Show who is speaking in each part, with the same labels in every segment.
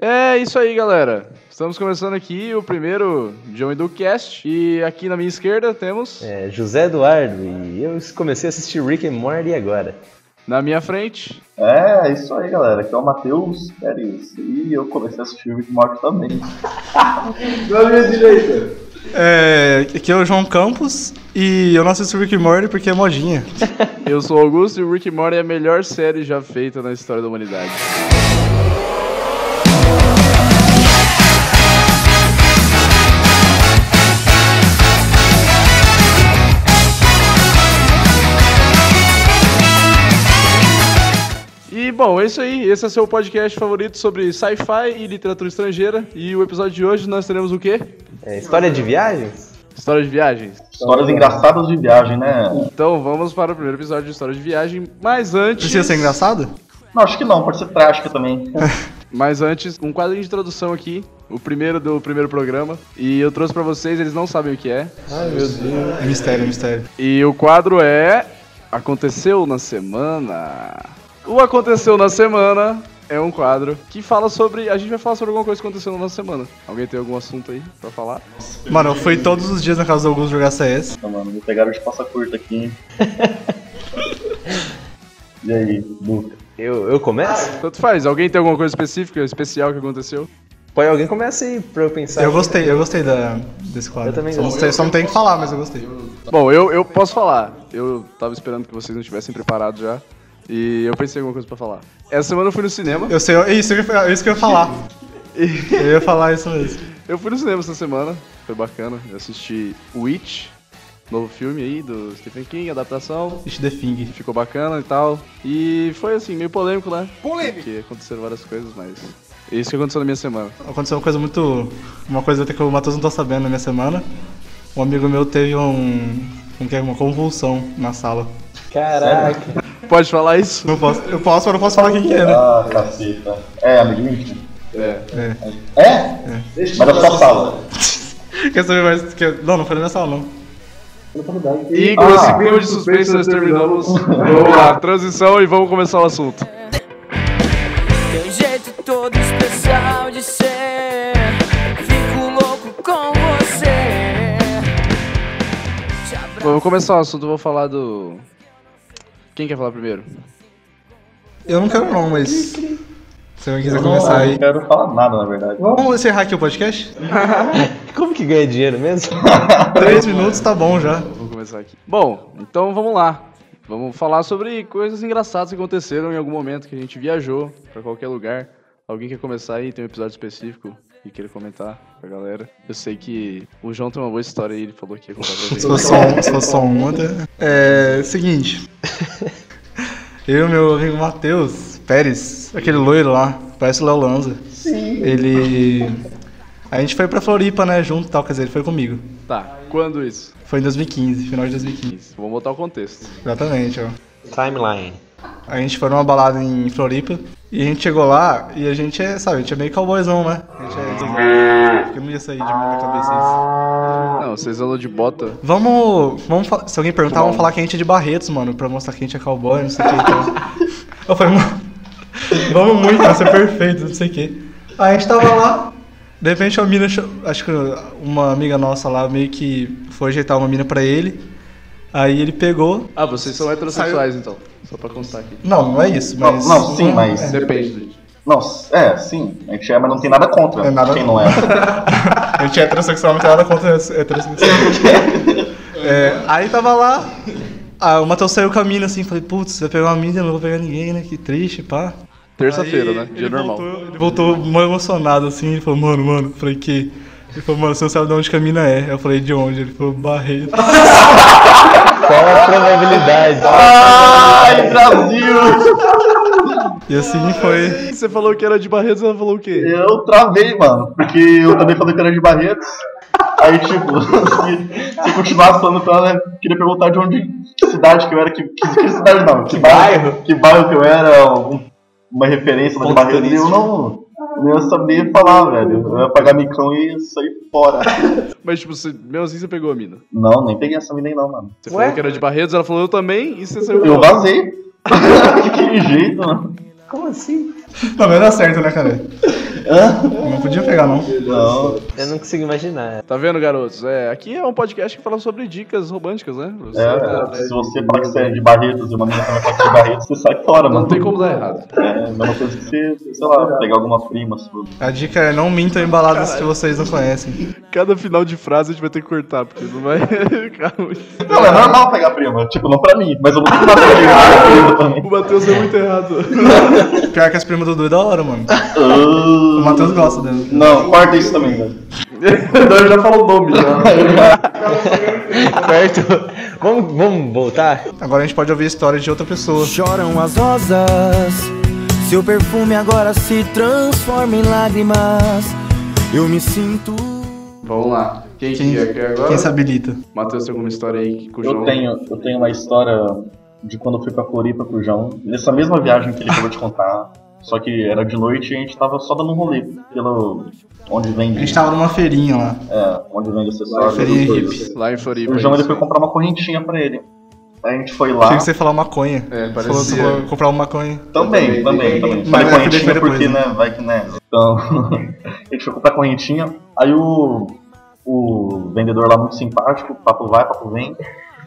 Speaker 1: É isso aí, galera. Estamos começando aqui o primeiro John do Cast. E aqui na minha esquerda temos.
Speaker 2: É, José Eduardo, e eu comecei a assistir Rick and Morty agora.
Speaker 1: Na minha frente.
Speaker 3: É, é isso aí, galera. Aqui é o Matheus Pérez. E eu comecei a assistir Rick and Morty também.
Speaker 4: Na minha direita.
Speaker 5: É, aqui é o João Campos e eu não assisto Rick and Morty porque é modinha.
Speaker 1: Eu sou o Augusto e o Rick and Morty é a melhor série já feita na história da humanidade. E bom, é isso aí. Esse é seu podcast favorito sobre sci-fi e literatura estrangeira. E o episódio de hoje nós teremos o quê?
Speaker 2: É, história de viagens?
Speaker 1: História de viagens.
Speaker 3: Histórias engraçadas de viagem, né?
Speaker 1: Então vamos para o primeiro episódio de história de viagem. Mas antes.
Speaker 5: Precisa ser engraçado?
Speaker 3: Não, acho que não, pode ser trágica também.
Speaker 1: Mas antes, um quadro de introdução aqui, o primeiro do primeiro programa. E eu trouxe pra vocês, eles não sabem o que é.
Speaker 5: Ai meu Deus. É mistério, é mistério.
Speaker 1: E o quadro é. Aconteceu na semana. O Aconteceu na Semana é um quadro que fala sobre. A gente vai falar sobre alguma coisa que aconteceu na semana. Alguém tem algum assunto aí pra falar?
Speaker 5: Mano, eu fui todos os dias na casa do Augusto jogar CS.
Speaker 3: Nossa, Então, mano, me pegaram de passa curta aqui, hein? e aí, Luca?
Speaker 2: Eu, eu começo?
Speaker 1: Tanto faz, alguém tem alguma coisa específica, especial que aconteceu?
Speaker 2: Põe alguém começa aí pra eu pensar.
Speaker 5: Eu gostei, eu gostei da, desse quadro.
Speaker 2: Eu também
Speaker 5: só, não
Speaker 2: gostei.
Speaker 5: sei- só não tenho o que falar, mas eu gostei.
Speaker 1: Bom, eu, eu posso falar. Eu tava esperando que vocês não estivessem preparados já. E eu pensei em alguma coisa pra falar. Essa semana eu fui no cinema.
Speaker 5: Eu sei, é isso, que eu ia- é isso que eu ia falar. eu ia falar isso mesmo.
Speaker 1: Eu fui no cinema essa semana, foi bacana. Eu assisti Witch, novo filme aí do Stephen King, adaptação.
Speaker 5: Ixi, The Thing.
Speaker 1: Ficou bacana e tal. E foi assim, meio polêmico, né? Polêmico! Porque aconteceram várias coisas, mas. é Isso que aconteceu na minha semana.
Speaker 5: Aconteceu uma coisa muito. Uma coisa até que o Matheus não tá sabendo na minha semana. Um amigo meu teve um. Como que é? Uma convulsão na sala.
Speaker 2: Caraca.
Speaker 1: Pode falar isso?
Speaker 5: Não posso, eu posso, mas não posso falar quem que é, né?
Speaker 3: Ah, caceta. É, amigo íntimo.
Speaker 1: É.
Speaker 5: É.
Speaker 3: É? Mas da sua sala.
Speaker 5: Quer saber mais? Quer... Não, não foi na minha sala, não.
Speaker 1: E com
Speaker 3: Ah.
Speaker 1: esse clima de suspense nós terminamos Vamos lá, transição e vamos começar o assunto.
Speaker 6: Tem um jeito todo especial de ser. Fico louco com você. Te abraço.
Speaker 1: Vamos começar o assunto, eu vou falar do. Quem quer falar primeiro?
Speaker 5: Eu não quero, não, mas. Se alguém quiser começar
Speaker 3: Eu
Speaker 5: aí.
Speaker 3: não quero falar nada, na verdade.
Speaker 5: Vamos encerrar aqui o podcast?
Speaker 2: Como que ganha dinheiro mesmo?
Speaker 5: Três minutos tá bom já.
Speaker 1: Vou começar aqui. Bom, então vamos lá. Vamos falar sobre coisas engraçadas que aconteceram em algum momento que a gente viajou pra qualquer lugar. Alguém quer começar aí? Tem um episódio específico e queira comentar pra galera. Eu sei que o João tem uma boa história aí, ele falou que ia contar pra
Speaker 5: Se
Speaker 1: gente.
Speaker 5: fosse só, um- se fosse só um, até. É. Seguinte. Eu e meu amigo Matheus Pérez, aquele loiro lá, parece o Léo Lanza. Sim. Ele. A gente foi pra Floripa, né, junto e tal, quer dizer, ele foi comigo.
Speaker 1: Tá, quando isso?
Speaker 5: Foi em 2015, final de 2015.
Speaker 1: Isso, Vamos botar o contexto.
Speaker 5: Exatamente, ó.
Speaker 2: Timeline.
Speaker 5: A gente foi numa balada em Floripa e a gente chegou lá e a gente é, sabe, a gente é meio cowboyzão, né? A gente é desligado, porque não ia sair de mim na cabeça isso.
Speaker 1: Não, vocês andam de bota.
Speaker 5: Vamos, vamos fa- se alguém perguntar, vamos falar que a gente é de Barretos, mano, pra mostrar que a gente é cowboy, não sei o que. Então. Eu falei, mano, vamos muito, vai ser perfeito, não sei o que. Aí a gente tava lá, de repente uma mina, cho- acho que uma amiga nossa lá meio que foi ajeitar uma mina pra ele. Aí ele pegou,
Speaker 1: Ah, vocês são heterossexuais então. Só pra constar aqui.
Speaker 5: não, não é isso,
Speaker 3: Não,
Speaker 5: mas...
Speaker 3: não, sim, mas-
Speaker 5: É.
Speaker 1: Depende.
Speaker 3: Não, é, sim. A gente é, mas não tem nada contra
Speaker 5: É nada-
Speaker 3: quem não é.
Speaker 5: Eu tinha heterossexual, não tinha nada contra heterossexual. É, aí tava lá, ah, o Matheus saiu com a mina assim, falei, putz, vai pegar uma mina, não vou pegar ninguém, né? Que triste, pá.
Speaker 1: Terça-feira,
Speaker 5: Aí
Speaker 1: né?
Speaker 5: ele
Speaker 1: Dia normal.
Speaker 5: Voltou, ele voltou mó emocionado assim, ele falou, mano, mano, eu falei que. Ele falou, mano, você não sabe de onde que a mina é. Eu falei, de onde? Ele falou, Barreto.
Speaker 2: Qual a probabilidade?
Speaker 3: Ai, Brasil!
Speaker 5: E assim foi.
Speaker 1: Você falou que era de Barretos, ela falou o quê?
Speaker 3: Eu travei, mano. Porque eu também falei que era de Barretos. Aí, tipo, se, se continuasse falando pra ela, eu queria perguntar de onde, que cidade que eu era, que, que, que cidade não, que bairro, que bairro que eu era, algum- uma referência lá
Speaker 2: Ponto
Speaker 3: de Barretos, e eu não, não ia saber falar, velho. Eu ia pagar micão e ia sair fora.
Speaker 1: Mas, tipo, você, mesmo assim você pegou a mina.
Speaker 3: Não, nem peguei essa mina aí não, mano.
Speaker 1: Você falou que era de Barretos, ela falou eu também, e você saiu
Speaker 3: Eu vazei. de que jeito, mano.
Speaker 2: Como assim?
Speaker 5: Pelo menos acerta, né, cara? Não podia pegar, não.
Speaker 2: Não, eu não consigo imaginar.
Speaker 1: Tá vendo, garotos? É, aqui é um podcast que fala sobre dicas românticas, né? Você tá-
Speaker 3: É, se você falar que você é de Barretos e uma menina também fala que é de Barretos, você sai fora, mano.
Speaker 1: Não tem como dar errado.
Speaker 3: É, a mesma coisa que você, sei lá, pegar alguma prima sua.
Speaker 5: A dica é não mintam em baladas que vocês não conhecem.
Speaker 1: Cada final de frase a gente vai ter que cortar, porque não vai ficar muito.
Speaker 3: Não, é normal pegar prima. Tipo, não pra mim, mas eu não tenho nada pra pegar prima também.
Speaker 1: O Matheus é muito errado.
Speaker 5: Pior que as primas do Dudu é da hora, mano. O
Speaker 3: Ah,
Speaker 5: Matheus gosta dela.
Speaker 3: Não, corta isso também, velho.
Speaker 1: Não, ele já falou o nome já.
Speaker 2: Perto. Vamos, vamos voltar?
Speaker 5: Agora a gente pode ouvir a história de outra pessoa.
Speaker 6: Choram as rosas, seu perfume agora se transforma em lágrimas. Eu me sinto.
Speaker 1: Vamos lá. Quem,
Speaker 5: Quem-
Speaker 1: que é aqui agora?
Speaker 5: Quem se habilita?
Speaker 1: Matheus tem alguma história aí que com o
Speaker 3: Eu
Speaker 1: João?
Speaker 3: tenho, eu tenho uma história de quando eu fui pra Floripa com o João, nessa mesma viagem que ele acabou de contar, só que era de noite e a gente tava só dando um rolê pelo. onde
Speaker 5: A gente
Speaker 3: vende.
Speaker 5: tava numa feirinha lá.
Speaker 1: Tá.
Speaker 3: É, onde vende acessórios.
Speaker 5: Feirinha
Speaker 3: essas coisas.
Speaker 5: hippie.
Speaker 1: Lá em Floripa. é
Speaker 3: O João ele
Speaker 1: isso.
Speaker 3: foi comprar uma correntinha pra ele. Aí a gente foi lá.
Speaker 5: Achei que você ia falar maconha.
Speaker 1: É,
Speaker 5: Você falou, você
Speaker 1: parecia.
Speaker 5: falou comprar uma maconha.
Speaker 3: Também, também, também.
Speaker 5: Mas
Speaker 3: Falei
Speaker 5: vai que
Speaker 3: correntinha
Speaker 5: depois,
Speaker 3: porque,
Speaker 5: né?
Speaker 3: né? Vai que né. Então, a gente foi comprar correntinha. Aí o, o vendedor lá, muito simpático, papo vai, papo vem.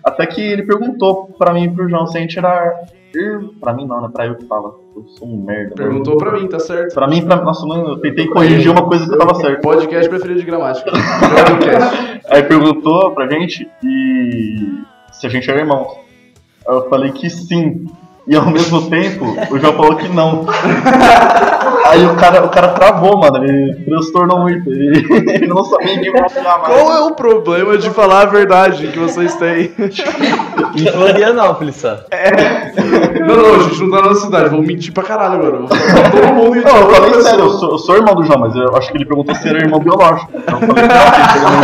Speaker 3: Até que ele perguntou pra mim e pro João se a gente era. ir- Pra mim não, né? Pra eu que fala. Eu sou um merda. mano.
Speaker 1: Perguntou pra mim, tá certo.
Speaker 3: Pra mim, pra. Nossa, mano, eu tentei corrigir uma coisa que tava certa.
Speaker 1: Podcast preferido de gramática. Podcast.
Speaker 3: Aí perguntou pra gente e se a gente era irmão. Aí eu falei que sim. E ao mesmo tempo, o João falou que não. Aí o cara, o cara travou, mano. Ele transtornou muito. Ele, ele não sabia quem falar mais.
Speaker 1: Qual é o problema de falar a verdade que vocês têm?
Speaker 2: Em Florianópolis só.
Speaker 1: Não, não, gente, não tá na cidade. Vou mentir pra caralho agora. Vou falar pra todo mundo e
Speaker 3: Não, eu
Speaker 1: pra
Speaker 3: falei
Speaker 1: pessoa.
Speaker 3: sério, eu sou, eu sou irmão do João, mas eu acho que ele perguntou se era irmão biológico. Então eu falei,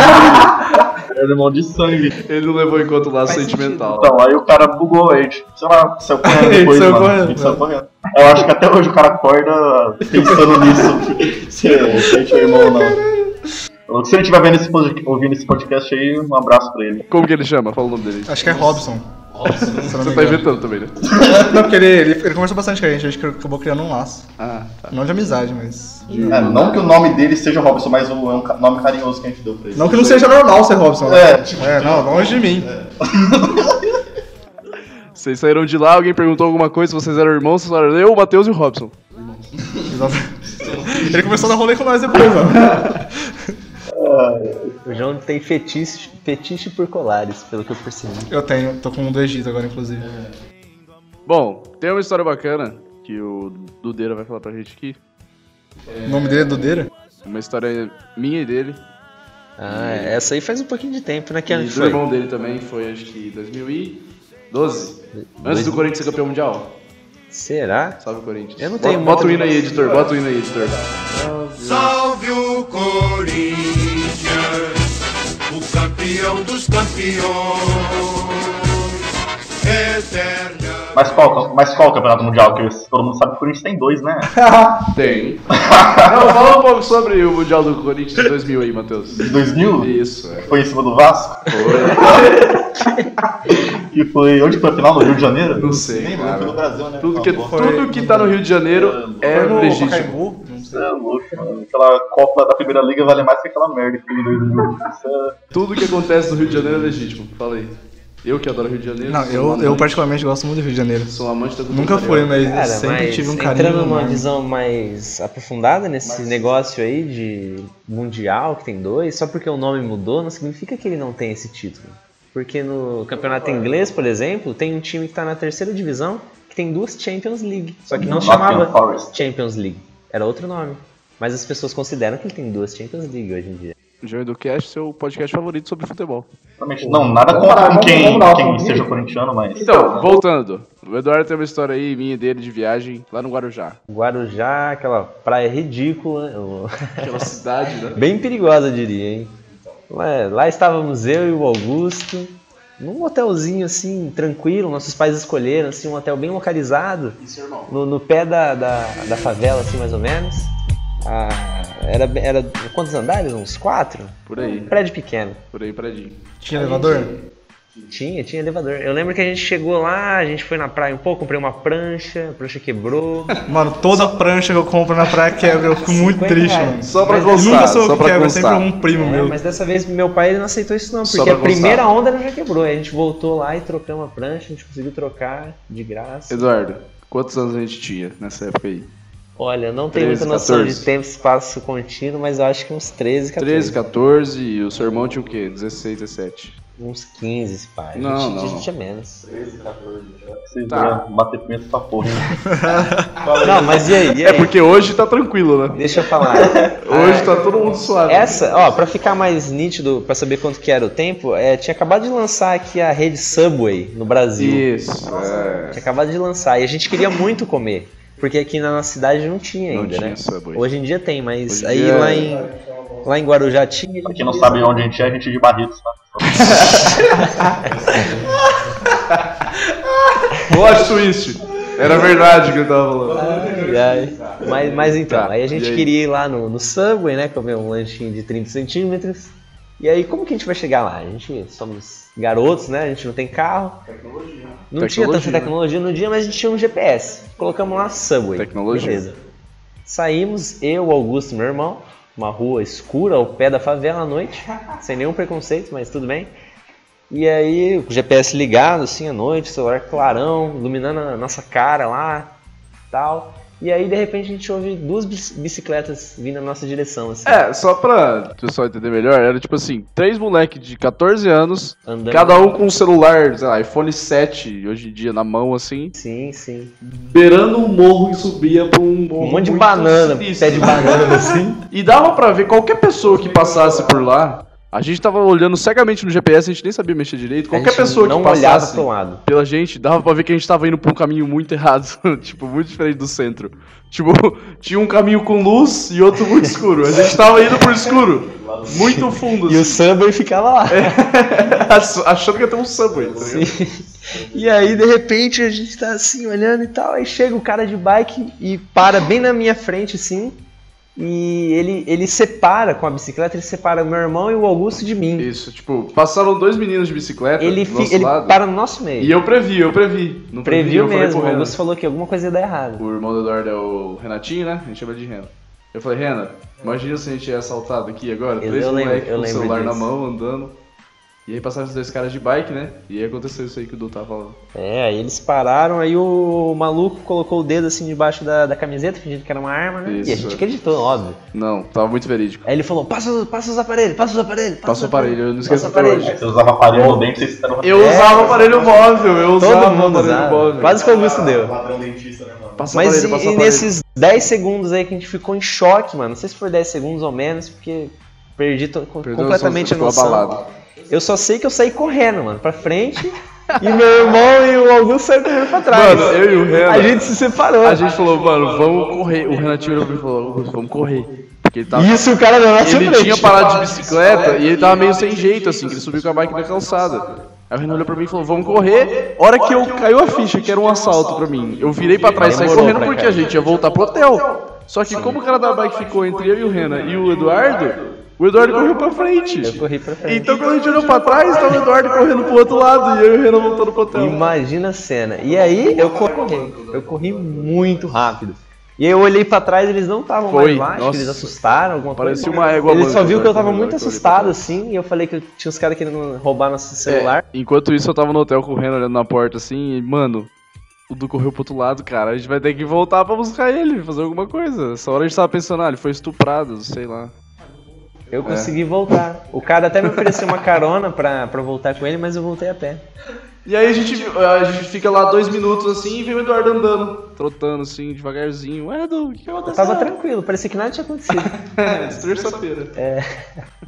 Speaker 3: não, ele era irmão de- era irmão de sangue.
Speaker 1: Ele não levou em conta o laço sentimental.
Speaker 3: Então, aí o cara bugou, aí, tipo, sei lá, saiu correndo
Speaker 5: Ele
Speaker 3: depois,
Speaker 5: saiu
Speaker 3: mano.
Speaker 5: correndo,
Speaker 3: Ele saiu correndo. Eu acho que até hoje o cara acorda pensando nisso. Se é se é teu irmão ou não. Falou que Se ele estiver vendo esse pod- ouvindo esse podcast aí, um abraço pra ele.
Speaker 1: Como que ele chama? Fala o nome dele.
Speaker 5: Acho que é Robson.
Speaker 1: Você tá inventando também, né?
Speaker 5: Não, porque ele, ele, ele conversou bastante com a gente, a gente acabou criando um laço.
Speaker 1: Ah, tá.
Speaker 5: Não de amizade, mas.
Speaker 3: É, não que o nome dele seja Robson, mas o, é um ca- nome carinhoso que a gente deu pra ele.
Speaker 5: Não que não seja normal ser Robson. né?
Speaker 3: É, tipo,
Speaker 5: É, não, longe de mim.
Speaker 1: Vocês saíram de lá, alguém perguntou alguma coisa, vocês eram irmãos, vocês falaram eu, o Matheus e o Robson.
Speaker 5: Exatamente. Ele começou a dar rolê com nós depois, mano.
Speaker 2: O João tem fetiche, fetiche por colares, pelo que eu percebi.
Speaker 5: Eu tenho, tô com um do Egito agora, inclusive.
Speaker 1: Bom, tem uma história bacana que o Dudeira vai falar pra gente aqui.
Speaker 5: O nome dele é Dudeira?
Speaker 1: Uma história minha e dele.
Speaker 2: Ah, essa aí faz um pouquinho de tempo, né? Que
Speaker 1: e um.
Speaker 2: ano
Speaker 1: do
Speaker 2: que foi?
Speaker 1: irmão dele também, foi acho que 2012. Antes do Corinthians ser campeão mundial.
Speaker 2: Será?
Speaker 1: Salve Corinthians.
Speaker 2: Eu não tenho
Speaker 1: Bota, bota o
Speaker 2: muito-
Speaker 1: hino aí, editor. Bota o hino aí, editor.
Speaker 7: Salve o Corinthians, o campeão dos campeões. Eterna.
Speaker 3: Mas qual, mas qual é o campeonato mundial? Que todo mundo sabe que o Corinthians tem dois, né?
Speaker 1: Tem. não, fala um pouco sobre o Mundial do Corinthians de 2000 aí, Matheus.
Speaker 3: De 2000?
Speaker 1: Isso, é.
Speaker 3: Foi em cima do Vasco?
Speaker 1: Foi.
Speaker 3: E foi. Onde foi a final? No Rio de Janeiro?
Speaker 1: Não sei,
Speaker 3: Nem
Speaker 1: cara.
Speaker 3: lembro, foi no Brasil, né?
Speaker 1: Tudo que, é
Speaker 3: Tá bom.
Speaker 1: tudo que tá no Rio de Janeiro é
Speaker 5: Foi no
Speaker 1: legítimo.
Speaker 5: Pacaembu? Não sei.
Speaker 3: Você é louco, mano. Aquela Copa da Primeira Liga vale mais que aquela merda que tem em 2000. Isso é-
Speaker 1: Tudo que acontece no Rio de Janeiro é legítimo. Fala aí. Eu que adoro Rio de Janeiro.
Speaker 5: Não,
Speaker 1: sou um
Speaker 5: eu,
Speaker 1: amante-
Speaker 5: eu particularmente gosto muito do Rio de Janeiro.
Speaker 1: Sou um amante da cultura
Speaker 5: Nunca fui, né?
Speaker 1: carioca.
Speaker 5: mas eu
Speaker 2: Cara,
Speaker 5: sempre
Speaker 2: mas
Speaker 5: tive um carinho.
Speaker 2: entrando numa
Speaker 5: enorme.
Speaker 2: visão mais aprofundada nesse negócio aí de mundial que tem dois, só porque o nome mudou não significa que ele não tem esse título. Porque no campeonato inglês, por exemplo, tem um time que tá na terceira divisão que tem duas Champions League, só que não
Speaker 3: Nottingham
Speaker 2: chamava
Speaker 3: Forest.
Speaker 2: Champions League, era outro nome. Mas as pessoas consideram que ele tem duas Champions League hoje em dia.
Speaker 1: Joey do Cast, seu podcast favorito sobre futebol.
Speaker 3: Realmente, Não, nada contra com quem, quem seja corintiano, mas.
Speaker 1: Então, voltando. O Eduardo tem uma história aí, minha e dele, de viagem lá no Guarujá.
Speaker 2: Guarujá, aquela praia ridícula, eu-
Speaker 1: Aquela cidade, né?
Speaker 2: Bem perigosa, eu diria, hein? Lá, lá estávamos eu e o Augusto, num hotelzinho assim, tranquilo, nossos pais escolheram assim, um hotel bem localizado, no, no pé da, da, da favela, assim, mais ou menos. Ah, era, era quantos andares? Uns quatro?
Speaker 1: Por aí,
Speaker 2: Prédio pequeno.
Speaker 1: por aí, paradinho.
Speaker 5: Tinha elevador?
Speaker 2: Tinha, tinha elevador. Eu lembro que a gente chegou lá, a gente foi na praia um pouco, comprei uma prancha, a prancha quebrou.
Speaker 5: Mano, toda prancha que eu compro na praia quebra. Eu fico muito
Speaker 2: 50
Speaker 5: triste,
Speaker 2: reais.
Speaker 5: mano.
Speaker 1: Só pra
Speaker 2: Mas
Speaker 5: Eu
Speaker 1: constar,
Speaker 5: nunca sou
Speaker 1: só
Speaker 5: eu que
Speaker 1: pra
Speaker 5: quebra,
Speaker 1: constar.
Speaker 5: sempre é um primo
Speaker 2: É,
Speaker 5: meu.
Speaker 2: mas dessa vez meu pai ele não aceitou isso não,
Speaker 1: Só
Speaker 2: porque
Speaker 1: pra
Speaker 2: a
Speaker 1: constar.
Speaker 2: primeira onda ele já quebrou. aí A gente voltou lá e trocamos a prancha, a gente conseguiu trocar de graça.
Speaker 1: Eduardo, quantos anos a gente tinha nessa época aí?
Speaker 2: Olha, eu não tenho
Speaker 1: 13,
Speaker 2: muita noção
Speaker 1: 14.
Speaker 2: de tempo, espaço contínuo, mas eu acho que uns 13, 14.
Speaker 1: 13, 14 e o seu irmão tinha o quê? 16, 17.
Speaker 2: Uns 15, pai.
Speaker 1: Não,
Speaker 2: a gente,
Speaker 1: não,
Speaker 2: a gente
Speaker 1: não.
Speaker 2: tinha menos.
Speaker 3: Vocês
Speaker 1: Tá.
Speaker 3: vão bater punheta pra porra.
Speaker 2: Não, mas e aí? E
Speaker 1: É
Speaker 2: aí?
Speaker 1: porque hoje tá tranquilo, né?
Speaker 2: Deixa eu falar. É.
Speaker 1: Hoje tá todo mundo suave.
Speaker 2: Essa, ó, pra ficar mais nítido, pra saber quanto que era o tempo, é, tinha acabado de lançar aqui a rede Subway no Brasil.
Speaker 1: Isso, é.
Speaker 2: Tinha acabado de lançar e a gente queria muito comer, porque aqui na nossa cidade não tinha
Speaker 1: Não
Speaker 2: ainda,
Speaker 1: tinha
Speaker 2: né?
Speaker 1: Subway.
Speaker 2: Hoje em dia tem, mas
Speaker 1: Hoje em
Speaker 2: aí
Speaker 1: dia- é-
Speaker 2: lá em lá em Guarujá tinha.
Speaker 3: Pra quem não sabe onde a gente é, a gente é de Barretos, tá?
Speaker 1: Plot twist. Era verdade o que ele tava falando.
Speaker 2: E aí- mas, mas então,
Speaker 1: Tá,
Speaker 2: aí a
Speaker 1: e
Speaker 2: gente
Speaker 1: aí?
Speaker 2: queria ir lá no, no Subway, né? Comer um lanchinho de 30 centímetros. E aí, como que a gente vai chegar lá? A gente somos garotos, né? A gente não tem carro. Não tinha
Speaker 1: Tecnologia,
Speaker 2: tanta
Speaker 1: né?
Speaker 2: tecnologia no dia, mas a gente tinha um GPS. Colocamos lá Subway.
Speaker 1: Tecnologia.
Speaker 2: Beleza. Saímos, eu, Augusto, meu irmão, uma rua escura ao pé da favela à noite, sem nenhum preconceito, mas tudo bem. E aí, o GPS ligado, assim, à noite, celular clarão, iluminando a nossa cara lá, tal. E aí, de repente, a gente ouve duas bis- bicicletas vindo na nossa direção, assim.
Speaker 1: É, só pra o pessoal entender melhor, era tipo assim, três moleques de 14 anos,
Speaker 2: Andando.
Speaker 1: cada um com um celular, sei lá, iPhone 7 hoje em dia na mão, assim,
Speaker 2: Sim, sim.
Speaker 1: beirando um morro que subia pra um morro
Speaker 2: Um monte de
Speaker 1: muito
Speaker 2: banana,
Speaker 1: sinistro.
Speaker 2: pé de banana, assim.
Speaker 1: E dava pra ver qualquer pessoa que passasse por lá. A gente tava olhando cegamente no GPS, a gente nem sabia mexer direito. Qualquer
Speaker 2: A gente
Speaker 1: pessoa
Speaker 2: não
Speaker 1: que
Speaker 2: olhava
Speaker 1: passasse
Speaker 2: pro lado.
Speaker 1: pela gente, dava pra ver que a gente tava indo pra um caminho muito errado. tipo, muito diferente do centro. Tipo, tinha um caminho com luz e outro muito escuro. A gente tava indo pro escuro. Muito fundo,
Speaker 2: E o
Speaker 1: assim,
Speaker 2: Subway ficava lá.
Speaker 1: É. ach- achando que ia ter um subway. tá ligado?
Speaker 2: E aí, de repente, a gente tá assim olhando e tal. Aí chega o cara de bike e para bem na minha frente, assim. E ele, ele separa com a bicicleta, ele separa o meu irmão e o Augusto de mim.
Speaker 1: Isso, tipo, passaram dois meninos de bicicleta
Speaker 2: ele
Speaker 1: do
Speaker 2: fi-
Speaker 1: nosso
Speaker 2: ele
Speaker 1: lado.
Speaker 2: para no nosso meio.
Speaker 1: E eu previ, eu previ. Não previ,
Speaker 2: Previu
Speaker 1: eu falei
Speaker 2: mesmo,
Speaker 1: pro
Speaker 2: o
Speaker 1: Renan.
Speaker 2: Augusto falou que alguma coisa ia dar errado.
Speaker 1: O irmão do Eduardo é o Renatinho, né? A gente chama de Rena. Eu falei, Rena, imagina se a gente é assaltado aqui agora,
Speaker 2: Eu-
Speaker 1: três
Speaker 2: eu lembro-
Speaker 1: moleques
Speaker 2: eu
Speaker 1: com o
Speaker 2: lembro
Speaker 1: celular na
Speaker 2: disso.
Speaker 1: mão, andando. E aí passaram os dois caras de bike, né? E aí aconteceu isso aí que o Du tava falando.
Speaker 2: É, aí eles pararam, aí o maluco colocou o dedo assim debaixo da, da camiseta, fingindo que era uma arma, né? E a
Speaker 1: Isso.
Speaker 2: gente acreditou, óbvio.
Speaker 1: Não, tava muito verídico.
Speaker 2: Aí ele falou: passa, passa os aparelhos, passa os aparelhos.
Speaker 1: Passa o
Speaker 2: os
Speaker 1: aparelho, eu não esqueço
Speaker 2: Passa
Speaker 1: até
Speaker 2: o É.
Speaker 1: hoje.
Speaker 3: Você usava aparelho no dente, vocês fizeram
Speaker 1: Eu usava aparelho móvel, eu
Speaker 2: Todo
Speaker 1: usava
Speaker 2: mundo
Speaker 1: aparelho
Speaker 2: usava.
Speaker 1: móvel.
Speaker 2: Quase que o Augusto deu.
Speaker 4: Padrão dentista, né, mano?
Speaker 1: Passa
Speaker 2: Mas
Speaker 1: aparelho, passa
Speaker 2: e, e
Speaker 1: aparelho.
Speaker 2: nesses 10 segundos aí que a gente ficou em choque, mano. Não sei se foi 10 segundos ou menos, porque perdi to- co-
Speaker 1: Perdeu
Speaker 2: completamente a
Speaker 1: noção,
Speaker 2: noção.
Speaker 1: ficou abalado.
Speaker 2: Eu só sei que eu saí correndo, mano, pra frente. e meu irmão e o Augusto saíram correndo pra trás.
Speaker 1: Mano, eu e o Renan.
Speaker 2: a gente se separou.
Speaker 1: A gente falou, mano, vamos correr. O Renatinho olhou pra mim e falou, Augusto, vamos correr. Porque ele tava.
Speaker 2: Isso, o cara na nossa
Speaker 1: Ele
Speaker 2: frente.
Speaker 1: tinha parado de bicicleta e ele tava meio sem jeito, assim, que ele subiu com a bike na calçada. Aí o Renan olhou pra mim e falou, vamos correr. Hora que eu caiu a ficha, que era um assalto pra mim. Eu virei pra trás e saí
Speaker 2: Demorou
Speaker 1: correndo
Speaker 2: pra
Speaker 1: porque
Speaker 2: cá.
Speaker 1: a gente ia voltar pro hotel. Só que como o cara da bike ficou entre eu e o Renan e o Eduardo, o Eduardo correu pra frente.
Speaker 2: Eu corri pra frente.
Speaker 1: Então quando a gente olhou pra trás, tava o Eduardo correndo pro outro lado e eu e o Renan voltando pro hotel.
Speaker 2: Então, Imagina a cena. E aí eu corri, eu corri muito rápido. E aí eu olhei pra trás, eles não estavam
Speaker 1: Foi,
Speaker 2: mais baixo,
Speaker 1: nossa.
Speaker 2: eles assustaram alguma coisa.
Speaker 1: Parecia uma égua
Speaker 2: Eles
Speaker 1: manca,
Speaker 2: só viu que eu
Speaker 1: né,
Speaker 2: tava
Speaker 1: quando
Speaker 2: muito
Speaker 1: eu olhei pra
Speaker 2: assustado
Speaker 1: trás.
Speaker 2: assim, e eu falei que eu tinha uns caras querendo roubar nosso celular.
Speaker 1: É, enquanto isso, eu tava no hotel correndo, olhando na porta assim, e, mano, o Du correu pro outro lado, cara. A gente vai ter que voltar pra buscar ele, fazer alguma coisa. Essa hora a gente tava pensando, ah, ele foi estuprado, sei lá. É.
Speaker 2: Eu consegui voltar. O cara até me ofereceu uma carona pra, pra voltar com ele, mas eu voltei a pé.
Speaker 1: E aí a gente, a gente fica lá dois minutos assim e vem o Eduardo andando, trotando assim, devagarzinho. Ué, Du, o que
Speaker 2: Eu
Speaker 1: aconteceu?
Speaker 2: tava tranquilo, parecia que nada tinha acontecido.
Speaker 1: É, terça-feira.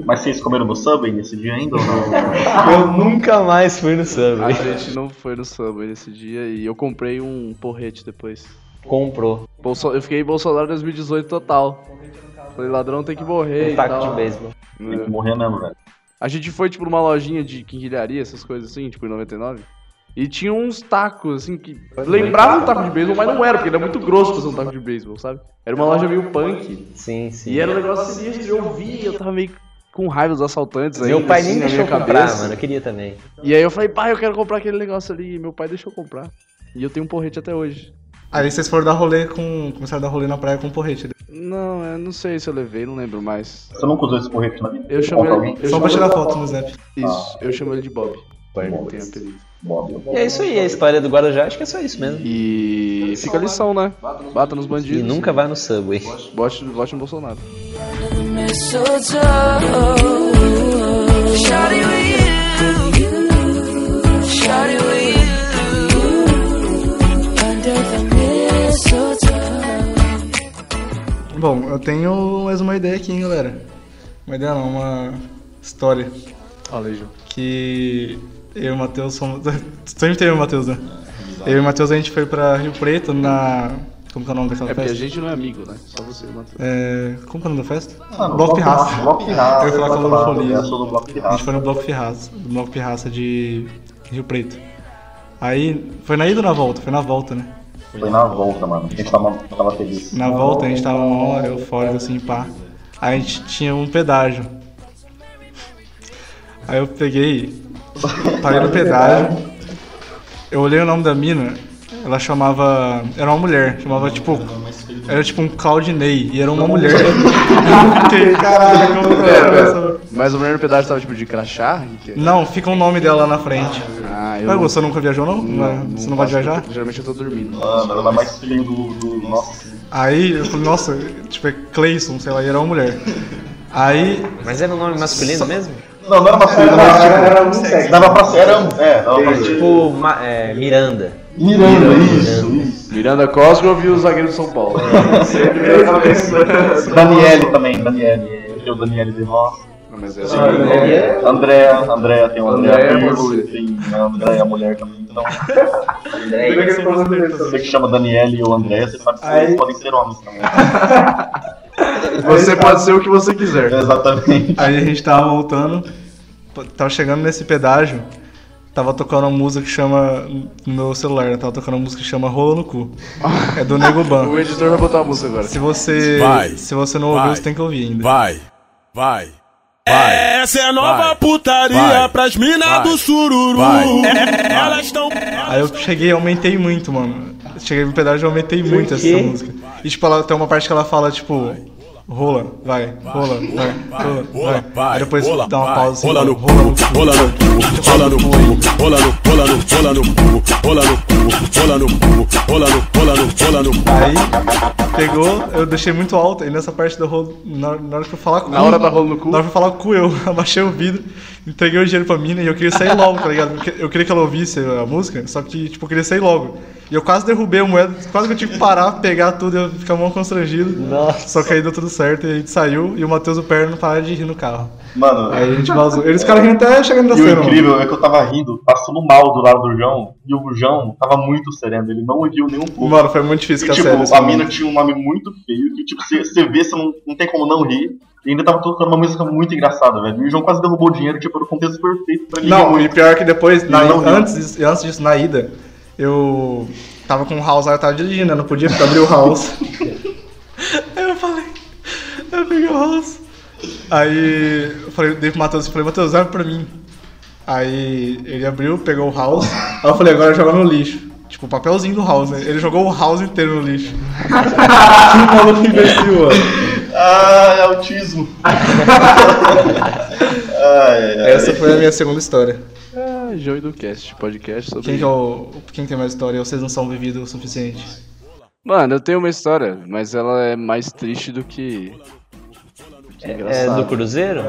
Speaker 3: Mas vocês comeram no Subway nesse dia ainda ou não?
Speaker 2: eu nunca mais fui no
Speaker 1: A
Speaker 2: Subway.
Speaker 1: gente não foi no Subway nesse dia e eu comprei um porrete depois.
Speaker 2: Comprou
Speaker 1: Bolso- Eu fiquei Bolsonaro 2018 total. Falei, ladrão tem que morrer.
Speaker 2: um
Speaker 1: e
Speaker 2: taco
Speaker 1: tal. É.
Speaker 2: de beisebol.
Speaker 3: Tem que morrer mesmo, velho.
Speaker 1: A gente foi, tipo, numa lojinha de quinquilharia, essas coisas assim, tipo, em 99. E tinha uns tacos, assim, que lembrava um taco de beisebol, mas não era, porque era muito grosso pra ser um taco de beisebol, sabe? Era assim, uma loja meio punk.
Speaker 2: Sim, sim.
Speaker 1: E era um negócio sinistro, eu vi, eu tava meio com raiva dos assaltantes aí.
Speaker 2: Meu pai nem
Speaker 1: assim, na
Speaker 2: deixou
Speaker 1: minha
Speaker 2: comprar,
Speaker 1: cabeça.
Speaker 2: mano. Eu queria também.
Speaker 1: E aí eu falei, pai, eu quero comprar aquele negócio ali. E meu pai deixou eu comprar. E eu tenho um porrete até hoje.
Speaker 5: Aí vocês foram dar rolê com. Começaram a dar rolê na praia com porrete. né?
Speaker 1: Não, eu não sei se eu levei, não lembro mais.
Speaker 3: Você nunca usou esse porrete na vida?
Speaker 1: Eu chamo
Speaker 3: Conta
Speaker 1: ele.
Speaker 3: alguém.
Speaker 1: Eu
Speaker 5: Só
Speaker 1: chamo
Speaker 5: pra
Speaker 1: ele,
Speaker 5: tirar foto no Snap.
Speaker 1: isso, eu chamo ele de Bob. Não
Speaker 2: Bom,
Speaker 1: tem apelido.
Speaker 3: Bob.
Speaker 2: E é isso aí, a história do Guarujá. Acho que é só isso mesmo.
Speaker 1: E fica a lição, né? Bata nos
Speaker 2: E
Speaker 1: bandidos.
Speaker 2: nunca vá no Subway.
Speaker 1: Bote, vote no Bolsonaro.
Speaker 5: Bom, eu tenho mais uma ideia aqui, hein, galera. Uma ideia não, uma história.
Speaker 1: Olha aí, Ju.
Speaker 5: que eu e o Matheus somos. Sempre teve o Matheus, né? Eu e o Matheus a gente foi pra Rio Preto na. Como que é o nome daquela
Speaker 1: É porque a
Speaker 5: festa?
Speaker 1: gente não é amigo, né? Só você, Matheus.
Speaker 5: É, Como que é o nome da festa?
Speaker 3: Mano,
Speaker 5: Bloco Pirraça.
Speaker 3: Ah, Bloco Pirraça.
Speaker 5: Eu ia falar com o Lula Folia.
Speaker 3: Eu sou do Bloco
Speaker 5: A gente
Speaker 3: Pirraça.
Speaker 5: foi no Bloco Pirraça, no Bloco Pirraça de Rio Preto. Aí, foi na ida ou na volta? Foi na volta, né?
Speaker 3: Foi na volta, mano. A gente tava, tava feliz.
Speaker 5: Na volta a gente tava mó eufórico assim, pá. Aí a gente tinha um pedágio. Aí eu peguei, parei no pedágio. Eu olhei o nome da mina, ela chamava. Era uma mulher, chamava tipo. Era tipo um Claudinei, e era uma mulher. Eu fiquei, caralho, como que era essa?
Speaker 1: Mas o primeiro pedaço tava tipo de crachá? Que-
Speaker 5: Não, fica o nome dela lá na frente.
Speaker 1: Ah,
Speaker 5: Ué, você nunca viajou não?
Speaker 1: né?
Speaker 5: você não vai
Speaker 1: faço,
Speaker 5: viajar?
Speaker 1: porque Geralmente eu tô dormindo.
Speaker 2: Ah,
Speaker 3: Mano, ela é mais feia do, do. Nossa.
Speaker 5: Aí eu falei, nossa, tipo, é Clayson, sei lá, e era uma mulher. Aí
Speaker 4: é
Speaker 2: Mas era um nome masculino mesmo?
Speaker 3: Não, não era masculino, mas tipo.
Speaker 4: Era um sexo.
Speaker 3: Dava pra ser. Era um. É, dava pra ser.
Speaker 2: Tipo, Ma- é, Miranda.
Speaker 3: Miranda, isso, isso.
Speaker 1: Miranda Cosgrove e o zagueiro do São Paulo.
Speaker 3: Daniele também, Daniele. Tem o Daniele de nossa.
Speaker 1: Não, mas é
Speaker 4: É.
Speaker 3: Andréa, Andréa, tem o Andréa é
Speaker 1: Andréa, você.
Speaker 3: Pirlo, tem a Andréa mulher também. Então,
Speaker 4: Lembra que ele falou do Nelson?
Speaker 3: você que chama Daniele ou Andréa, você sabe que eles podem ser homens também.
Speaker 1: Você pode ser o que você quiser.
Speaker 3: Exatamente.
Speaker 5: Aí a gente tava voltando, pô, tava chegando nesse pedágio, tava tocando uma música que chama. No meu celular, né? tava tocando uma música que chama Rolo no Cu. É do Nego Ban.
Speaker 1: O editor vai botar a música agora.
Speaker 5: Se você.
Speaker 8: Vai,
Speaker 5: se você não ouviu,
Speaker 8: vai,
Speaker 5: você tem que ouvir ainda.
Speaker 8: Vai, vai, vai.
Speaker 7: Essa é a
Speaker 8: nova
Speaker 7: putaria
Speaker 8: vai,
Speaker 7: pras minas
Speaker 8: vai, do
Speaker 7: sururu. É,
Speaker 8: vai.
Speaker 7: Elas estão.
Speaker 5: Aí eu cheguei e aumentei muito, mano. Cheguei no pedágio e aumentei muito essa
Speaker 2: quê?
Speaker 5: música. E tipo, ela, tem uma parte que ela fala, tipo. Rola, vai, rola, vai, rola, vai.
Speaker 7: é.
Speaker 8: Rola, vai.
Speaker 5: Aí depois
Speaker 8: rola,
Speaker 5: dá uma
Speaker 8: vai.
Speaker 5: pausa assim,
Speaker 8: Rola no cu,
Speaker 5: rola no cu.
Speaker 8: rola no cu, rola no cu, rola no, rola no, rola no cu, rola no cu, rola no cu, rola no, rola no, rola no cu.
Speaker 5: Aí pegou, eu deixei muito alto, e nessa parte do rolo, na, na hora que eu falar cu.
Speaker 1: Na hora da rolo no cu?
Speaker 5: Na hora que eu falar cu, eu abaixei o vidro, entreguei o dinheiro pra mina e eu queria sair logo, tá ligado? Porque Eu queria que ela ouvisse a música, só que, tipo, eu queria sair logo. E eu quase derrubei a moeda, quase que eu tive que parar, pegar tudo e eu ficar mal constrangido.
Speaker 2: Nossa.
Speaker 5: Só que aí deu tudo certo e a gente saiu e o Matheus e o Perno pararam de rir no carro.
Speaker 3: Mano,
Speaker 5: Aí a gente vazou. Eles ficaram rindo até chegando na
Speaker 3: E o
Speaker 5: cena. mano.
Speaker 3: incrível é que eu tava rindo, passando mal do lado do João, e o João tava muito sereno, ele não riu nem um pouco.
Speaker 5: Mano, foi muito difícil
Speaker 3: e,
Speaker 5: ficar
Speaker 3: tipo,
Speaker 5: sério. assim. esse
Speaker 3: a
Speaker 5: momento.
Speaker 3: mina tinha um nome muito feio, que tipo, você vê, você não, não tem como não rir, e ainda tava tocando uma música muito engraçada, velho. E o João quase derrubou o dinheiro, tipo, era o contexto perfeito pra ele.
Speaker 5: Não, e pior que depois, na-
Speaker 3: Não, não.
Speaker 5: antes, disso, antes disso, na ida, eu tava com o house lá, eu tava dirigindo, eu não podia ficar abrir o house. Aí eu falei, eu peguei o house. Aí eu falei, dei pro Matheus, eu falei, Matheus, abre pra mim. Aí ele abriu, pegou o house, aí eu falei, agora joga no lixo. Tipo, o papelzinho do house, né? Ele jogou o house inteiro no lixo. que maluco imbecil, mano.
Speaker 3: Ah, é autismo. Ai, ai,
Speaker 5: Essa foi a minha segunda história.
Speaker 1: Ah, Joey do Cast, podcast sobre.
Speaker 5: Quem, que é o, quem tem mais história? Vocês não são vividos o suficiente.
Speaker 1: Mano, eu tenho uma história, mas ela é mais triste do que. que
Speaker 2: É
Speaker 1: engraçado.
Speaker 2: do Cruzeiro?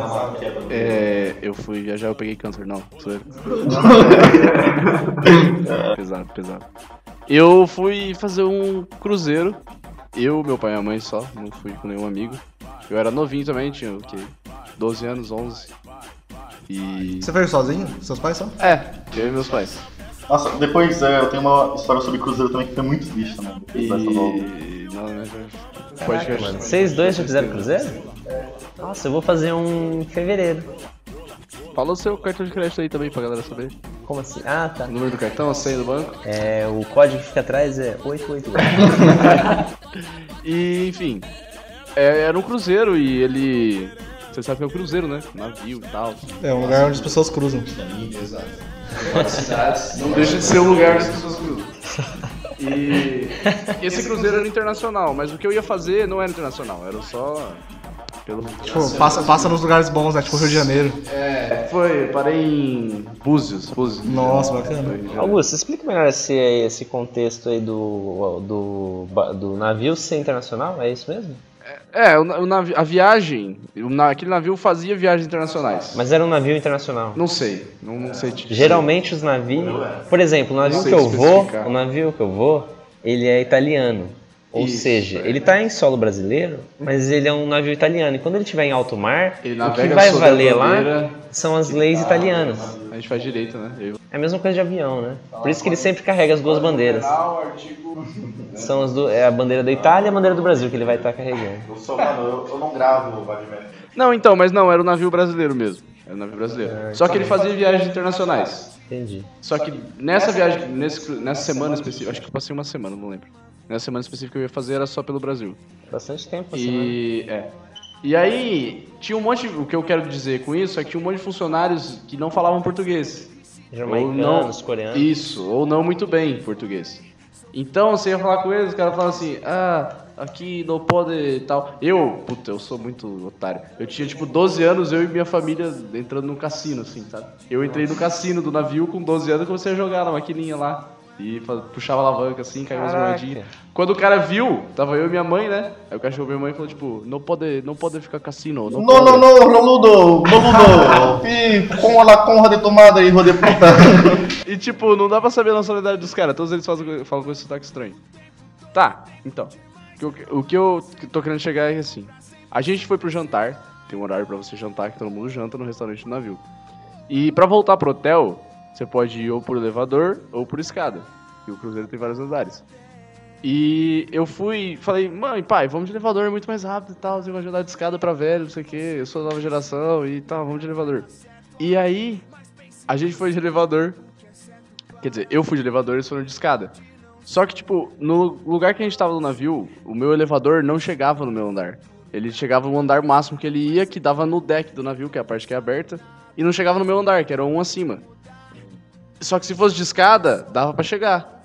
Speaker 1: É, eu fui viajar, eu peguei câncer, não. zoeira. pesado, pesado. Eu fui fazer um cruzeiro. Eu, meu pai e minha mãe só, não fui com nenhum amigo. Eu era novinho também, tinha o quê? 12 anos, 11. E.
Speaker 5: Você foi sozinho? Seus pais só?
Speaker 1: É, eu e meus pais.
Speaker 3: Nossa, depois é, eu tenho uma história sobre Cruzeiro também que foi muito triste também.
Speaker 1: E.
Speaker 3: Depois dessa do-
Speaker 1: Não, né? Podcast.
Speaker 2: tá Mano, vocês dois já fizeram Cruzeiro? Nossa, eu vou fazer um em fevereiro.
Speaker 1: Fala o seu cartão de crédito aí também pra galera saber.
Speaker 2: Como assim? Ah, tá.
Speaker 1: O número do cartão, a senha do banco.
Speaker 2: É, o código que fica atrás é 888.
Speaker 1: E, enfim, é, era um cruzeiro e ele. Vocês sabem que é o cruzeiro, né? Navio e tal.
Speaker 5: É um lugar onde as pessoas cruzam.
Speaker 4: Exato. Várias cidades.
Speaker 1: Não deixa de ser o lugar das pessoas cruzam. E esse cruzeiro era internacional, mas o que eu ia fazer não era internacional, era só pelo
Speaker 5: Tipo, passa, passa nos lugares bons, né? Tipo Rio de Janeiro.
Speaker 1: É, Foi, parei em Búzios, Búzios.
Speaker 5: Nossa, bacana.
Speaker 1: Foi, já-
Speaker 2: Augusto, explica melhor esse, esse contexto aí do, do, ba- do navio ser internacional, é isso mesmo?
Speaker 1: É, o, na- o navi- a viagem, o na- aquele navio fazia viagens internacionais.
Speaker 2: Mas era um navio internacional.
Speaker 1: Não sei, não, não sei. Tipo,
Speaker 2: Geralmente os navios, por exemplo, o navio
Speaker 1: é. Não
Speaker 2: que
Speaker 1: sei
Speaker 2: eu vou,
Speaker 1: especificar.
Speaker 2: o navio que eu vou, ele é italiano. Ou
Speaker 1: Isso,
Speaker 2: seja,
Speaker 1: é.
Speaker 2: ele tá em solo brasileiro, mas ele é um navio italiano. E quando ele estiver em alto mar,
Speaker 1: Ele
Speaker 2: o que
Speaker 1: navega
Speaker 2: vai
Speaker 1: sobre a
Speaker 2: valer lá
Speaker 1: bandeira.
Speaker 2: são as leis italianas.
Speaker 1: A gente faz direito, né? Eu-
Speaker 2: É a mesma coisa de avião, né? Por isso que ele sempre carrega as duas bandeiras. São as do, é a bandeira da Itália e a bandeira do Brasil que ele vai estar carregando.
Speaker 3: Eu sou, mano, eu, eu não gravo o Vladimir.
Speaker 1: Não, então, mas não, era o navio brasileiro mesmo. Era o navio brasileiro. Só que ele fazia viagens internacionais.
Speaker 2: Entendi.
Speaker 1: Só que nessa viagem, nesse cru- nessa semana específica, acho que eu passei uma semana, não lembro. Nessa semana específica que eu ia fazer era só pelo Brasil.
Speaker 2: Bastante tempo assim, né?
Speaker 1: E é. E aí, tinha um monte, o que eu quero dizer com isso é que tinha um monte de funcionários que não falavam português.
Speaker 2: Jamaicanos, coreanos.
Speaker 1: Isso, ou não muito bem português. Então você ia falar com eles, os caras falavam assim, ah, aqui não pode e tal. Eu, puta, eu sou muito otário. Eu tinha tipo 12 anos, eu e minha família entrando num cassino, assim, sabe? Eu entrei no cassino do navio com 12 anos e comecei a jogar na maquininha lá. E fa- puxava a alavanca assim, caiu umas
Speaker 2: Caraca.
Speaker 1: moedinhas. Quando o cara viu, tava eu e minha mãe, né? Aí o cara chegou pra minha mãe e falou, tipo, não pode, não pode ficar cassino. Não,
Speaker 3: Não,
Speaker 1: pode.
Speaker 3: não, não, Roludo, Roludo. E com a conra de tomada aí, rodei puta.
Speaker 1: E tipo, não dá pra saber a nacionalidade dos caras, todos eles fazem, falam com esse sotaque estranho. Tá, então. O que eu- O que eu tô querendo chegar é assim. A gente foi pro jantar, tem um horário pra você jantar, que todo mundo janta no restaurante do navio. E pra voltar pro hotel, você pode ir ou por elevador ou por escada. E o cruzeiro tem vários andares. E eu fui, falei, mãe, pai, vamos de elevador, é muito mais rápido e tal, você vai andar de escada pra velho, não sei o que, eu sou da nova geração e tal, vamos de elevador. E aí, a gente foi de elevador, Quer dizer, eu fui de elevador e eles foram de escada. Só que, tipo, no lugar que a gente tava no navio, o meu elevador não chegava no meu andar. Ele chegava no andar máximo que ele ia, que dava no deck do navio, que é a parte que é aberta, e não chegava no meu andar, que era um acima. Só que se fosse de escada, dava pra chegar.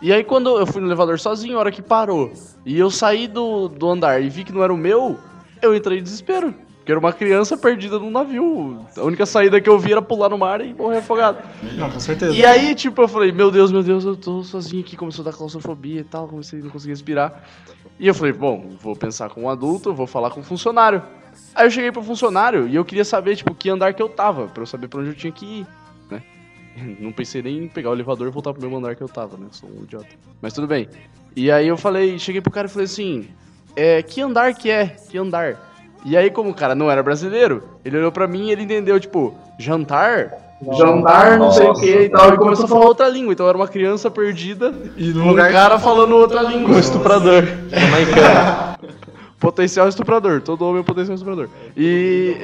Speaker 1: E aí quando eu fui no elevador sozinho, a hora que parou, e eu saí do, do andar e vi que não era o meu, eu entrei em desespero. Porque era uma criança perdida num navio. A única saída que eu vi era pular no mar e morrer afogado.
Speaker 5: Não, com certeza.
Speaker 1: E aí, tipo, eu falei, meu Deus, meu Deus, eu tô sozinho aqui, começou a dar claustrofobia e tal, comecei a não conseguir respirar. E eu falei, bom, vou pensar com um adulto, vou falar com um funcionário. Aí eu cheguei pro funcionário e eu queria saber, tipo, que andar que eu tava, pra eu saber pra onde eu tinha que ir, né? Não pensei nem em pegar o elevador e voltar pro mesmo andar que eu tava, né? Eu sou um idiota. Mas tudo bem. E aí eu falei, cheguei pro cara e falei assim, é, que andar que é? Que andar? E aí, como o cara não era brasileiro, ele olhou pra mim e ele entendeu, tipo, jantar? Jantar, não sei o que e tal. E começou a falar outra língua. Então era uma criança perdida
Speaker 5: E
Speaker 1: um
Speaker 5: no lugar.
Speaker 1: cara falando outra língua. Estuprador.
Speaker 2: Jamaicano.
Speaker 1: Potencial estuprador. Todo homem é um potencial estuprador. E.